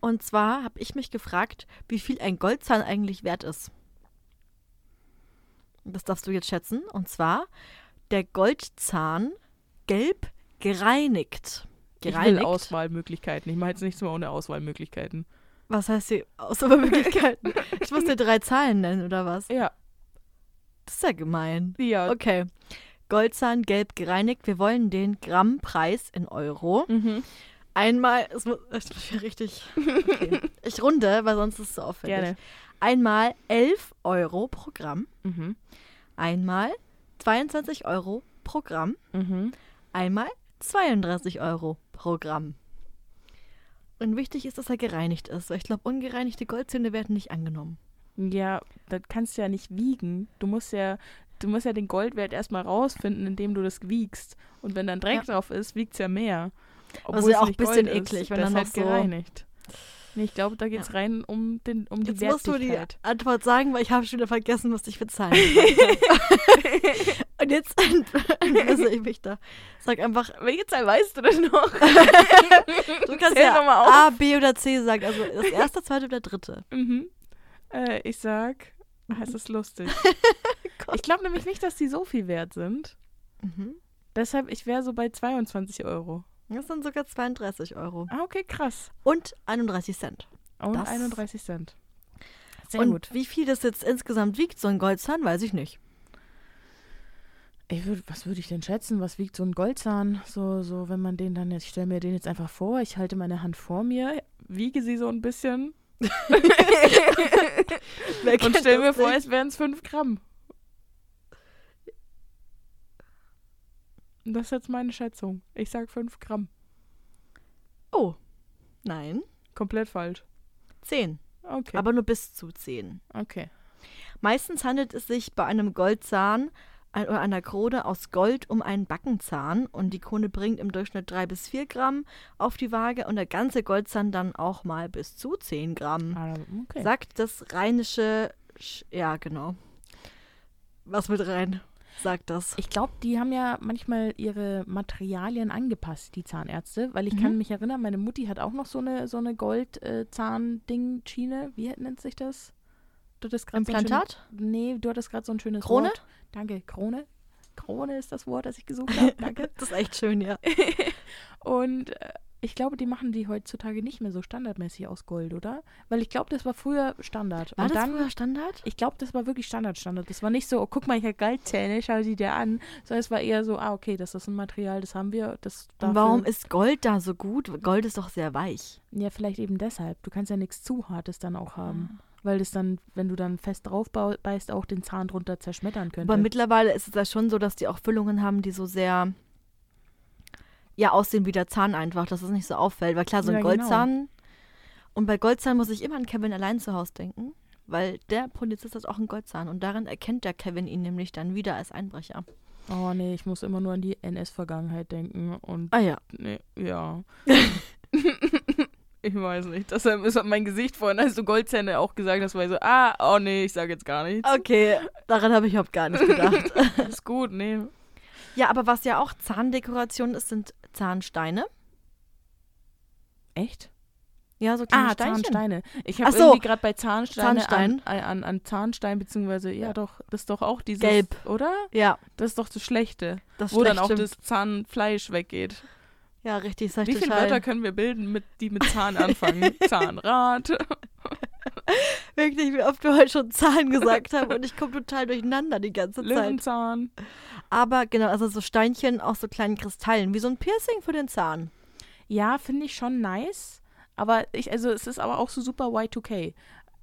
Speaker 1: Und zwar habe ich mich gefragt, wie viel ein Goldzahn eigentlich wert ist. Das darfst du jetzt schätzen. Und zwar der Goldzahn gelb gereinigt.
Speaker 2: Ich will
Speaker 1: Gereinigt.
Speaker 2: Auswahlmöglichkeiten. Ich mache jetzt nichts mehr ohne Auswahlmöglichkeiten.
Speaker 1: was heißt die Auswahlmöglichkeiten? ich muss dir drei Zahlen nennen oder was?
Speaker 2: Ja.
Speaker 1: Das ist ja gemein.
Speaker 2: Ja.
Speaker 1: Okay. Goldzahn gelb gereinigt. Wir wollen den Grammpreis in Euro.
Speaker 2: Mhm.
Speaker 1: Einmal, es muss, es muss hier richtig. Okay. Ich runde, weil sonst ist es zu aufwendig.
Speaker 2: Gerne.
Speaker 1: Einmal 11 Euro pro Gramm,
Speaker 2: Mhm.
Speaker 1: einmal 22 Euro pro Gramm,
Speaker 2: Mhm.
Speaker 1: einmal 32 Euro pro Gramm. Und wichtig ist, dass er gereinigt ist, weil ich glaube, ungereinigte Goldzähne werden nicht angenommen.
Speaker 2: Ja, das kannst du ja nicht wiegen. Du musst ja, du musst ja den Goldwert erstmal rausfinden, indem du das wiegst. Und wenn dann Dreck drauf ist, wiegt es ja mehr.
Speaker 1: Also ja
Speaker 2: es
Speaker 1: auch
Speaker 2: nicht
Speaker 1: ein bisschen
Speaker 2: Gold
Speaker 1: eklig,
Speaker 2: ist,
Speaker 1: wenn
Speaker 2: das
Speaker 1: dann
Speaker 2: halt
Speaker 1: noch so-
Speaker 2: gereinigt. Nee, ich glaube, da geht es rein um, den, um die
Speaker 1: Jetzt musst du die
Speaker 2: Wertigkeit.
Speaker 1: Antwort sagen, weil ich habe schon wieder vergessen, was ich bezahlen wollte. Und jetzt entlasse ich mich da. Sag einfach,
Speaker 2: Welche Zahl weißt du denn noch?
Speaker 1: du kannst
Speaker 2: Zähl
Speaker 1: ja
Speaker 2: nochmal auf.
Speaker 1: A, B oder C sagen. Also das erste, zweite oder dritte.
Speaker 2: Mhm. Äh, ich sag, ah,
Speaker 1: Mhm.
Speaker 2: es ist lustig. ich glaube nämlich nicht, dass die so viel wert sind.
Speaker 1: Mhm.
Speaker 2: Deshalb, ich wäre so bei 22 Euro.
Speaker 1: Das sind sogar 32 Euro.
Speaker 2: Ah, okay, krass.
Speaker 1: Und 31 Cent.
Speaker 2: Und
Speaker 1: Das-
Speaker 2: 31 Cent. Sehr
Speaker 1: Und
Speaker 2: gut.
Speaker 1: wie viel das jetzt insgesamt wiegt, so ein Goldzahn, weiß ich nicht.
Speaker 2: Ich würd, was würde ich denn schätzen? Was wiegt so ein Goldzahn? So, so, wenn man den dann jetzt, ich stelle mir den jetzt einfach vor, ich halte meine Hand vor mir, wiege sie so ein bisschen
Speaker 1: Wer
Speaker 2: und
Speaker 1: kennt
Speaker 2: stelle mir
Speaker 1: das
Speaker 2: vor,
Speaker 1: nicht?
Speaker 2: es wären es 5 Gramm. Das ist jetzt meine Schätzung. Ich sag 5 Gramm.
Speaker 1: Oh, nein,
Speaker 2: Komplett falsch.
Speaker 1: 10.
Speaker 2: Okay.
Speaker 1: Aber nur bis zu 10.
Speaker 2: okay.
Speaker 1: Meistens handelt es sich bei einem Goldzahn ein- oder einer Krone aus Gold um einen Backenzahn und die Krone bringt im Durchschnitt 3 bis 4 Gramm auf die Waage und der ganze Goldzahn dann auch mal bis zu 10 Gramm.
Speaker 2: Ah, okay.
Speaker 1: Sagt das rheinische. Sch ja, genau. Was mit rein? Sagt das.
Speaker 2: Ich glaube, die haben ja manchmal ihre Materialien angepasst, die Zahnärzte, weil ich kann
Speaker 1: Mhm.
Speaker 2: mich erinnern, meine Mutti hat auch noch so eine, so eine Gold-Zahn-Ding-Schiene. Wie nennt sich das? Du hattest grad so ein
Speaker 1: Implantat?
Speaker 2: schönes- nee, du hattest gerade so ein schönes
Speaker 1: Krone?
Speaker 2: Wort. Danke, Krone. Krone ist das Wort, das ich gesucht habe. Danke.
Speaker 1: Das ist echt schön, ja.
Speaker 2: Und äh, ich glaube, die machen die heutzutage nicht mehr so standardmäßig aus Gold, oder? Weil ich glaube, das war früher Standard.
Speaker 1: War
Speaker 2: Und
Speaker 1: das
Speaker 2: dann
Speaker 1: früher Standard?
Speaker 2: ich glaube, das war wirklich Standard, Standard. Das war nicht so, oh, guck mal, ich habe Goldzähne, schau sie dir an. Sondern es war eher so, ah, okay, das ist ein Material, das haben wir. Das
Speaker 1: Und
Speaker 2: dafür-
Speaker 1: warum ist Gold da so gut? Gold ist doch sehr weich.
Speaker 2: Ja, vielleicht eben deshalb. Du kannst ja nichts zu Hartes dann
Speaker 1: Ah.
Speaker 2: auch haben. Weil das dann, wenn du dann fest drauf bau- beißt, auch den Zahn drunter zerschmettern könnte.
Speaker 1: Aber mittlerweile ist es ja schon so, dass die auch Füllungen haben, die so sehr ja aussehen wie der Zahn einfach, dass es nicht so auffällt. Weil klar, so ein
Speaker 2: Ja, genau.
Speaker 1: Goldzahn. Und bei Goldzahn muss ich immer an Kevin allein zu Hause denken, weil der Polizist hat auch einen Goldzahn und darin erkennt der Kevin ihn nämlich dann wieder als Einbrecher.
Speaker 2: oh nee, ich muss immer nur an die NS-Vergangenheit denken. Und
Speaker 1: Ah ja.
Speaker 2: nee, ja. ich weiß nicht. Deshalb ist mein Gesicht vorhin, als du Goldzähne auch gesagt hast, war ich so, ah, oh nee, ich sage jetzt gar nichts.
Speaker 1: Okay, daran habe ich überhaupt gar nicht gedacht.
Speaker 2: Ist gut, nee.
Speaker 1: ja, aber was ja auch Zahndekoration ist, sind Zahnsteine.
Speaker 2: Echt?
Speaker 1: Ja, so kleine
Speaker 2: Ah,
Speaker 1: Steinchen.
Speaker 2: Zahnsteine. Ich
Speaker 1: Ach
Speaker 2: habe
Speaker 1: so.
Speaker 2: irgendwie gerade bei Zahnsteine
Speaker 1: Zahnstein.
Speaker 2: An, an, an Zahnstein, beziehungsweise, ja doch, das ist doch auch dieses,
Speaker 1: Gelb.
Speaker 2: oder?
Speaker 1: Ja,
Speaker 2: Das ist doch das Schlechte,
Speaker 1: das
Speaker 2: wo dann
Speaker 1: schlecht
Speaker 2: auch
Speaker 1: stimmt.
Speaker 2: das Zahnfleisch weggeht.
Speaker 1: Ja, richtig, sag ich
Speaker 2: Wie viele
Speaker 1: total.
Speaker 2: Wörter können wir bilden, mit, die mit Zahn anfangen? Zahnrad.
Speaker 1: Wirklich, wie oft wir heute schon Zahlen gesagt haben und ich komme total durcheinander die ganze Zeit.
Speaker 2: Löwenzahn.
Speaker 1: Aber genau, also so Steinchen aus so kleinen Kristallen, wie so ein Piercing für den Zahn.
Speaker 2: Ja, finde ich schon nice. Aber ich, also es ist aber auch so super Y2K.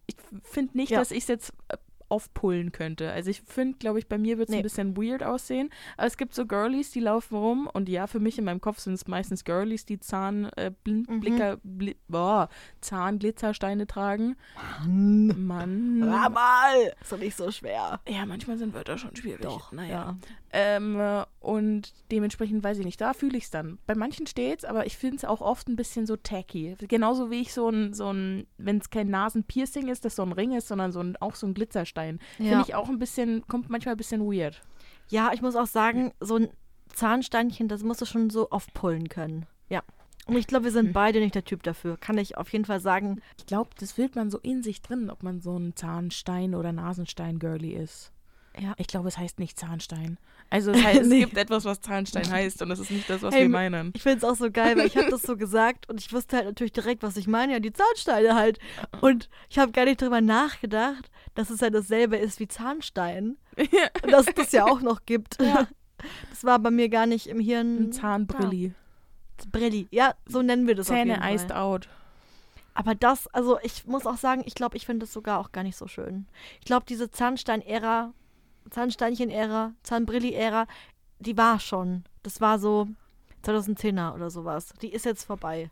Speaker 2: Ich finde nicht,
Speaker 1: Ja.
Speaker 2: dass ich es jetzt äh, aufpullen könnte. Also ich finde, glaube ich, bei mir wird es
Speaker 1: Nee.
Speaker 2: ein bisschen weird aussehen. Aber es gibt so Girlies, die laufen rum und ja, für mich in meinem Kopf sind es meistens Girlies, die Zahn, äh, Blind,
Speaker 1: Mhm.
Speaker 2: Blicker, Bli boah, Zahnglitzersteine tragen.
Speaker 1: Mann.
Speaker 2: Mann.
Speaker 1: Ah, Hör mal, Mm. ist doch nicht so schwer.
Speaker 2: Ja, manchmal sind Wörter schon schwierig.
Speaker 1: Doch,
Speaker 2: naja. Ähm, äh, und dementsprechend weiß ich nicht, da fühle ich es dann. Bei manchen steht's, aber ich finde es auch oft ein bisschen so tacky. Genauso wie ich so ein, so ein wenn es kein Nasenpiercing ist, das so ein Ring ist, sondern so ein, auch so ein Glitzerstein.
Speaker 1: Ja.
Speaker 2: Finde ich auch ein bisschen, kommt manchmal ein bisschen weird.
Speaker 1: Ja, ich muss auch sagen, so ein Zahnsteinchen, das musst du schon so aufpullen können. Ja. Und ich glaube, wir sind beide nicht der Typ dafür. Kann ich auf jeden Fall sagen.
Speaker 2: Ich glaube, das fühlt man so in sich drin, ob man so ein Zahnstein oder Nasenstein-Girly ist.
Speaker 1: Ja.
Speaker 2: Ich glaube, es heißt nicht Zahnstein. Also es, heißt,
Speaker 1: Nee.
Speaker 2: es gibt etwas, was Zahnstein heißt und das ist nicht das, was
Speaker 1: Ey,
Speaker 2: wir
Speaker 1: m-
Speaker 2: meinen.
Speaker 1: Ich finde es auch so geil, weil ich habe das so gesagt und ich wusste halt natürlich direkt, was ich meine. Ja, die Zahnsteine halt. Und ich habe gar nicht drüber nachgedacht, dass es ja dasselbe ist wie Zahnstein. Und dass es das ja auch noch gibt.
Speaker 2: Ja.
Speaker 1: Das war bei mir gar nicht im Hirn.
Speaker 2: Ein
Speaker 1: Ah.
Speaker 2: Zahnbrilli.
Speaker 1: Brilli. Ja, so nennen wir das
Speaker 2: Zähne
Speaker 1: auf jeden
Speaker 2: iced
Speaker 1: Fall.
Speaker 2: out.
Speaker 1: Aber das, also ich muss auch sagen, ich glaube, ich finde das sogar auch gar nicht so schön. Ich glaube, diese Zahnstein-Ära, Zahnsteinchen-Ära, Zahnbrilli-Ära, die war schon. Das war so 2010er oder sowas. Die ist jetzt vorbei.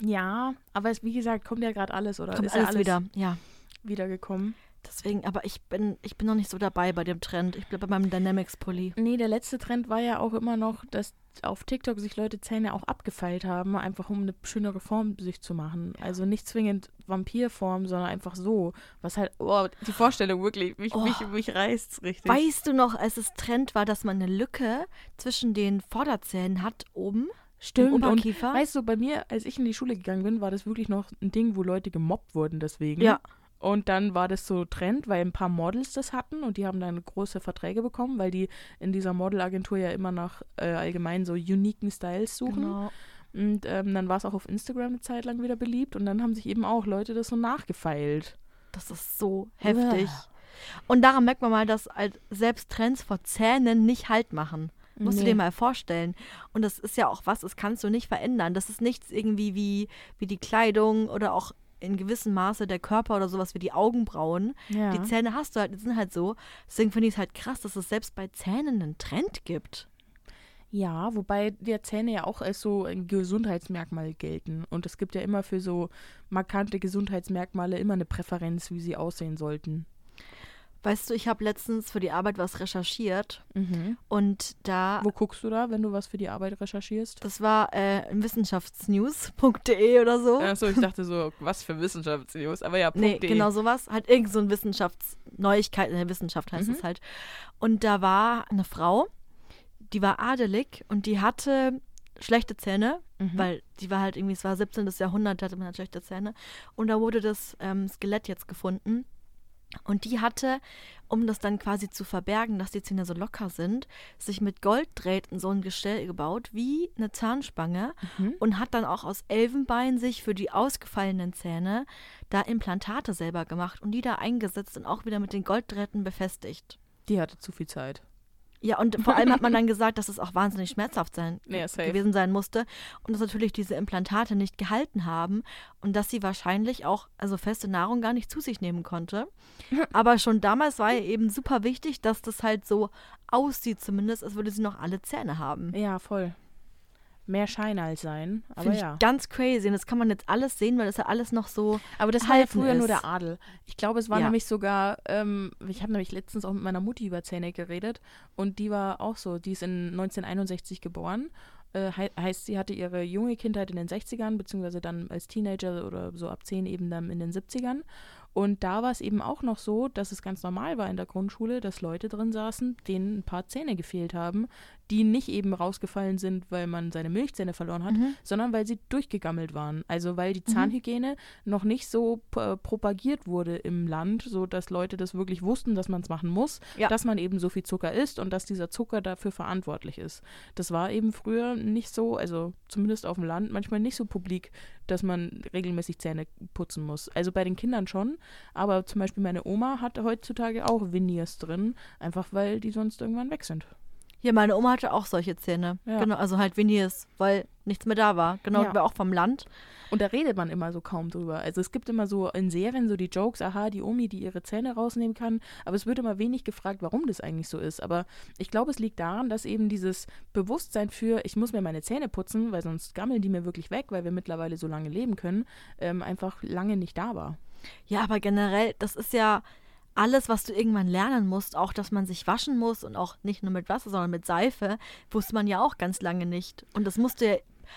Speaker 2: Ja, aber es, wie gesagt, kommt ja gerade alles, oder?
Speaker 1: Kommt
Speaker 2: ist
Speaker 1: alles,
Speaker 2: ja alles
Speaker 1: wieder. Ja.
Speaker 2: wiedergekommen.
Speaker 1: Deswegen, aber ich bin, ich bin noch nicht so dabei bei dem Trend. Ich bleibe bei meinem Dynamics-Pulli.
Speaker 2: Nee, der letzte Trend war ja auch immer noch, dass auf TikTok sich Leute Zähne auch abgefeilt haben, einfach um eine schönere Form sich zu machen. Also nicht zwingend Vampirform, sondern einfach so. Was halt, oh, die Vorstellung wirklich, mich,
Speaker 1: Oh.
Speaker 2: mich, mich reißt's richtig.
Speaker 1: Weißt du noch, als es Trend war, dass man eine Lücke zwischen den Vorderzähnen hat oben? im
Speaker 2: Stimmt, und
Speaker 1: Oberkiefer?
Speaker 2: weißt du, bei mir, als ich in die Schule gegangen bin, war das wirklich noch ein Ding, wo Leute gemobbt wurden deswegen.
Speaker 1: Ja.
Speaker 2: Und dann war das so Trend, weil ein paar Models das hatten und die haben dann große Verträge bekommen, weil die in dieser Modelagentur ja immer nach äh, allgemein so uniken Styles suchen.
Speaker 1: Genau.
Speaker 2: Und ähm, dann war es auch auf Instagram eine Zeit lang wieder beliebt und dann haben sich eben auch Leute das so nachgefeilt.
Speaker 1: Das ist so heftig.
Speaker 2: Uah.
Speaker 1: Und daran merkt man mal, dass halt selbst Trends vor Zähnen nicht Halt machen. Musst du
Speaker 2: Nee.
Speaker 1: dir mal vorstellen. Und das ist ja auch was, das kannst du nicht verändern. Das ist nichts irgendwie wie, wie die Kleidung oder auch in gewissem Maße der Körper oder sowas wie die Augenbrauen.
Speaker 2: Ja.
Speaker 1: Die Zähne hast du halt, die sind halt so. Deswegen finde ich es halt krass, dass es selbst bei Zähnen einen Trend gibt.
Speaker 2: Ja, wobei die Zähne ja auch als so ein Gesundheitsmerkmal gelten. Und es gibt ja immer für so markante Gesundheitsmerkmale immer eine Präferenz, wie sie aussehen sollten.
Speaker 1: Weißt du, ich habe letztens für die Arbeit was recherchiert
Speaker 2: Mhm.
Speaker 1: und da
Speaker 2: Wo guckst du da, wenn du was für die Arbeit recherchierst?
Speaker 1: Das war äh, in wissenschaftsnews.de oder so.
Speaker 2: Achso, ich dachte so, was für Wissenschaftsnews, aber ja,
Speaker 1: nee,
Speaker 2: Äh, .de.
Speaker 1: genau sowas. Halt irgend so ein Wissenschaftsneuigkeit in der Wissenschaft heißt
Speaker 2: Mhm.
Speaker 1: es halt. Und da war eine Frau, die war adelig und die hatte schlechte Zähne,
Speaker 2: Mhm.
Speaker 1: weil die war halt irgendwie, es war 17. Jahrhundert, da hatte man halt schlechte Zähne. Und da wurde das ähm, Skelett jetzt gefunden. Und die hatte, um das dann quasi zu verbergen, dass die Zähne so locker sind, sich mit Golddrähten so ein Gestell gebaut, wie eine Zahnspange.
Speaker 2: Mhm.
Speaker 1: Und hat dann auch aus Elfenbein sich für die ausgefallenen Zähne da Implantate selber gemacht und die da eingesetzt und auch wieder mit den Golddrähten befestigt.
Speaker 2: Die hatte zu viel Zeit.
Speaker 1: Ja, und vor allem hat man dann gesagt, dass es auch wahnsinnig schmerzhaft sein,
Speaker 2: Ja, safe.
Speaker 1: gewesen sein musste und dass natürlich diese Implantate nicht gehalten haben und dass sie wahrscheinlich auch also feste Nahrung gar nicht zu sich nehmen konnte. Aber schon damals war ihr eben super wichtig, dass das halt so aussieht zumindest, als würde sie noch alle Zähne haben.
Speaker 2: Ja, voll. Mehr Schein als sein, aber
Speaker 1: Finde ich
Speaker 2: ja.
Speaker 1: ganz crazy und das kann man jetzt alles sehen, weil das ja alles noch so
Speaker 2: Aber das war ja
Speaker 1: erhalten
Speaker 2: früher nur
Speaker 1: ist.
Speaker 2: der Adel. Ich glaube, es war
Speaker 1: Ja.
Speaker 2: nämlich sogar, ähm, ich habe nämlich letztens auch mit meiner Mutti über Zähne geredet und die war auch so, die ist in 1961 geboren. Äh, hei- heißt, sie hatte ihre junge Kindheit in den 60ern, beziehungsweise dann als Teenager oder so ab 10 eben dann in den 70ern. Und da war es eben auch noch so, dass es ganz normal war in der Grundschule, dass Leute drin saßen, denen ein paar Zähne gefehlt haben, die nicht eben rausgefallen sind, weil man seine Milchzähne verloren hat,
Speaker 1: Mhm.
Speaker 2: sondern weil sie durchgegammelt waren. Also weil die Zahnhygiene noch nicht so äh, propagiert wurde im Land, so dass Leute das wirklich wussten, dass man es machen muss,
Speaker 1: Ja.
Speaker 2: dass man eben so viel Zucker isst und dass dieser Zucker dafür verantwortlich ist. Das war eben früher nicht so, also zumindest auf dem Land manchmal nicht so publik, dass man regelmäßig Zähne putzen muss. Also bei den Kindern schon, aber zum Beispiel meine Oma hat heutzutage auch Veneers drin, einfach weil die sonst irgendwann weg sind.
Speaker 1: Ja, meine Oma hatte auch solche Zähne.
Speaker 2: Ja.
Speaker 1: Genau, also halt Veneers, weil nichts mehr da war. Genau,
Speaker 2: Ja.
Speaker 1: die war auch vom Land.
Speaker 2: Und da redet man immer so kaum drüber. Also es gibt immer so in Serien so die Jokes, aha, die Omi, die ihre Zähne rausnehmen kann. Aber es wird immer wenig gefragt, warum das eigentlich so ist. Aber ich glaube, es liegt daran, dass eben dieses Bewusstsein für, ich muss mir meine Zähne putzen, weil sonst gammeln die mir wirklich weg, weil wir mittlerweile so lange leben können, ähm, einfach lange nicht da war.
Speaker 1: Ja, aber generell, das ist ja alles, was du irgendwann lernen musst. Auch, dass man sich waschen muss und auch nicht nur mit Wasser, sondern mit Seife, wusste man ja auch ganz lange nicht. Und das musste ja,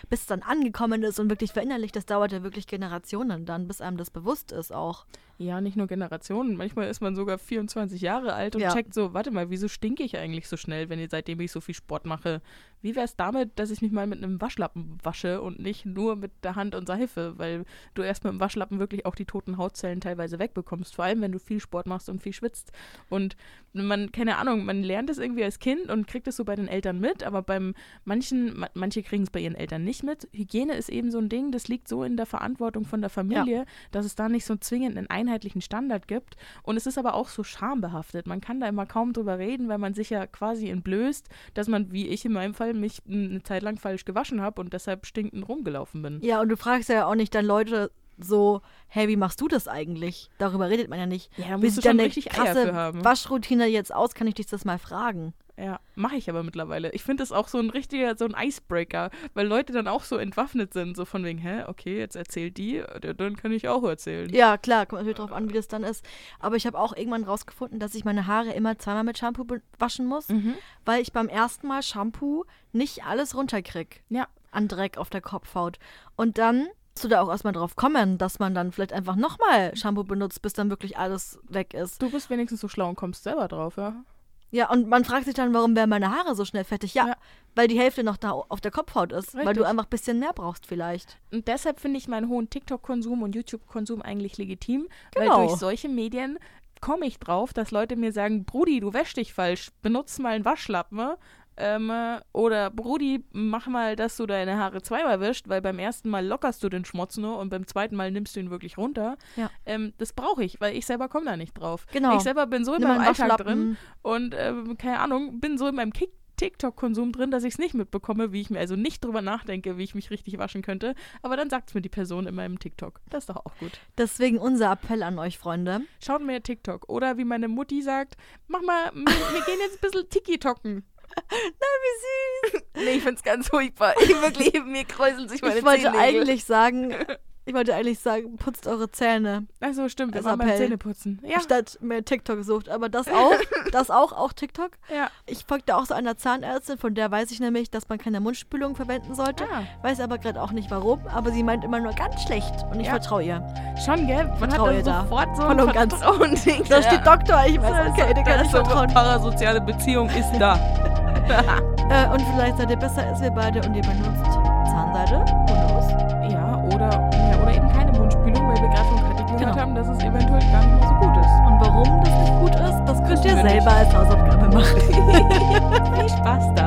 Speaker 1: bis es dann angekommen ist und wirklich verinnerlicht, das dauert ja wirklich Generationen dann, bis einem das bewusst ist auch.
Speaker 2: Ja, nicht nur Generationen. Manchmal ist man sogar 24 Jahre alt und
Speaker 1: Ja.
Speaker 2: checkt so, warte mal, wieso stinke ich eigentlich so schnell, wenn ich, seitdem ich so viel Sport mache? Wie wäre es damit, dass ich mich mal mit einem Waschlappen wasche und nicht nur mit der Hand und Seife, weil du erst mit dem Waschlappen wirklich auch die toten Hautzellen teilweise wegbekommst, vor allem wenn du viel Sport machst und viel schwitzt. Und man, keine Ahnung, man lernt es irgendwie als Kind und kriegt es so bei den Eltern mit, aber beim manchen, ma- manche kriegen es bei ihren Eltern nicht mit. Hygiene ist eben so ein Ding, das liegt so in der Verantwortung von der Familie, dass es da nicht so zwingend einen einheitlichen Standard gibt. Und es ist aber auch so schambehaftet. Man kann da immer kaum drüber reden, weil man sich ja quasi entblößt, dass man, wie ich in meinem Fall, mich m, eine Zeit lang falsch gewaschen habe und deshalb stinkend rumgelaufen bin.
Speaker 1: Ja, und du fragst ja auch nicht dann Leute so, hey, wie machst du das eigentlich? Darüber redet man ja nicht.
Speaker 2: Ja, da
Speaker 1: wie
Speaker 2: musst
Speaker 1: sieht
Speaker 2: du schon
Speaker 1: deine
Speaker 2: richtig Eier
Speaker 1: krasse
Speaker 2: für haben.
Speaker 1: Waschroutine jetzt aus? Kann ich dich das mal fragen?
Speaker 2: Ja, mache ich aber mittlerweile. Ich finde das auch so ein richtiger, so ein Icebreaker, weil Leute dann auch so entwaffnet sind, so von wegen, hä, okay, jetzt erzählt die, d- dann kann ich auch erzählen.
Speaker 1: Ja, klar, kommt natürlich drauf an, wie das dann ist. Aber ich habe auch irgendwann rausgefunden, dass ich meine Haare immer zweimal mit Shampoo be- waschen muss,
Speaker 2: Mhm.
Speaker 1: weil ich beim ersten Mal Shampoo nicht alles runterkrieg
Speaker 2: Ja,
Speaker 1: an Dreck auf der Kopfhaut. Und dann musst du da auch erstmal drauf kommen, dass man dann vielleicht einfach nochmal Shampoo benutzt, bis dann wirklich alles weg ist.
Speaker 2: du bist wenigstens so schlau und kommst selber drauf, ja?
Speaker 1: Ja, und man fragt sich dann, warum werden meine Haare so schnell fettig? Ja,
Speaker 2: Ja.
Speaker 1: weil die Hälfte noch da auf der Kopfhaut ist, weil du
Speaker 2: Richtig.
Speaker 1: einfach ein bisschen mehr brauchst vielleicht.
Speaker 2: Und deshalb finde ich meinen hohen TikTok-Konsum und YouTube-Konsum eigentlich legitim,
Speaker 1: Genau.
Speaker 2: weil durch solche Medien komme ich drauf, dass Leute mir sagen, Brudi, du wäschst dich falsch, benutz mal einen Waschlappen. ne? Ähm, äh, oder Brudi, mach mal, dass du deine Haare zweimal wischst, weil beim ersten Mal lockerst du den Schmutz nur und beim zweiten Mal nimmst du ihn wirklich runter.
Speaker 1: Ja.
Speaker 2: Ähm, das brauche ich, weil ich selber komme da nicht drauf.
Speaker 1: Genau.
Speaker 2: Ich selber bin so in
Speaker 1: Nimm
Speaker 2: meinem
Speaker 1: einen
Speaker 2: Alltag
Speaker 1: Waschlappen.
Speaker 2: drin und ähm, keine Ahnung, bin so in meinem Kick TikTok-Konsum drin, dass ich es nicht mitbekomme, wie ich mir also nicht drüber nachdenke, wie ich mich richtig waschen könnte. Aber dann sagt es mir die Person in meinem TikTok. Das ist doch auch gut.
Speaker 1: Deswegen unser Appell an euch, Freunde.
Speaker 2: Schaut mir TikTok. Oder wie meine Mutti sagt, mach mal, wir, wir gehen jetzt ein bisschen Tiki-Tocken.
Speaker 1: Wie süß.
Speaker 2: Nee, ich find's ganz furchtbar. Ich wirklich, mir kräuseln sich meine
Speaker 1: Ich wollte
Speaker 2: Zehennägel.
Speaker 1: eigentlich sagen, ich wollte eigentlich sagen, putzt eure Zähne,
Speaker 2: Also stimmt, wir
Speaker 1: Als
Speaker 2: waren beim
Speaker 1: Appell.
Speaker 2: Zähneputzen. Ja,
Speaker 1: statt mehr TikTok sucht. Aber das auch, das auch, auch TikTok.
Speaker 2: ja.
Speaker 1: Ich folgte auch so einer Zahnärztin, von der weiß ich nämlich, dass man keine Mundspülung verwenden sollte.
Speaker 2: Ah.
Speaker 1: Weiß aber gerade auch nicht warum. Aber sie meint immer nur ganz schlecht. Und ich
Speaker 2: Ja.
Speaker 1: vertraue ihr.
Speaker 2: Schon, gell? Man
Speaker 1: Vertraue
Speaker 2: hat
Speaker 1: da.
Speaker 2: dann sofort so
Speaker 1: Voll und
Speaker 2: ein
Speaker 1: ganz.
Speaker 2: Vertrauen-Ding.
Speaker 1: Da steht Doktor, ich weiß, okay, der kann ich vertrauen.
Speaker 2: parasoziale Beziehung ist da.
Speaker 1: Äh, und vielleicht seid ihr besser als wir beide und ihr benutzt Zahnseide. Who knows?
Speaker 2: Ja, oder, ja, oder eben keine Mundspülung, weil wir gerade von Kathi gehört
Speaker 1: Genau.
Speaker 2: haben, dass es eventuell gar nicht mehr so gut ist.
Speaker 1: Und warum das nicht gut ist, das könnt ihr
Speaker 2: Wissen wir
Speaker 1: selber als Hausaufgabe machen.
Speaker 2: Viel Spaß da.
Speaker 1: Oh,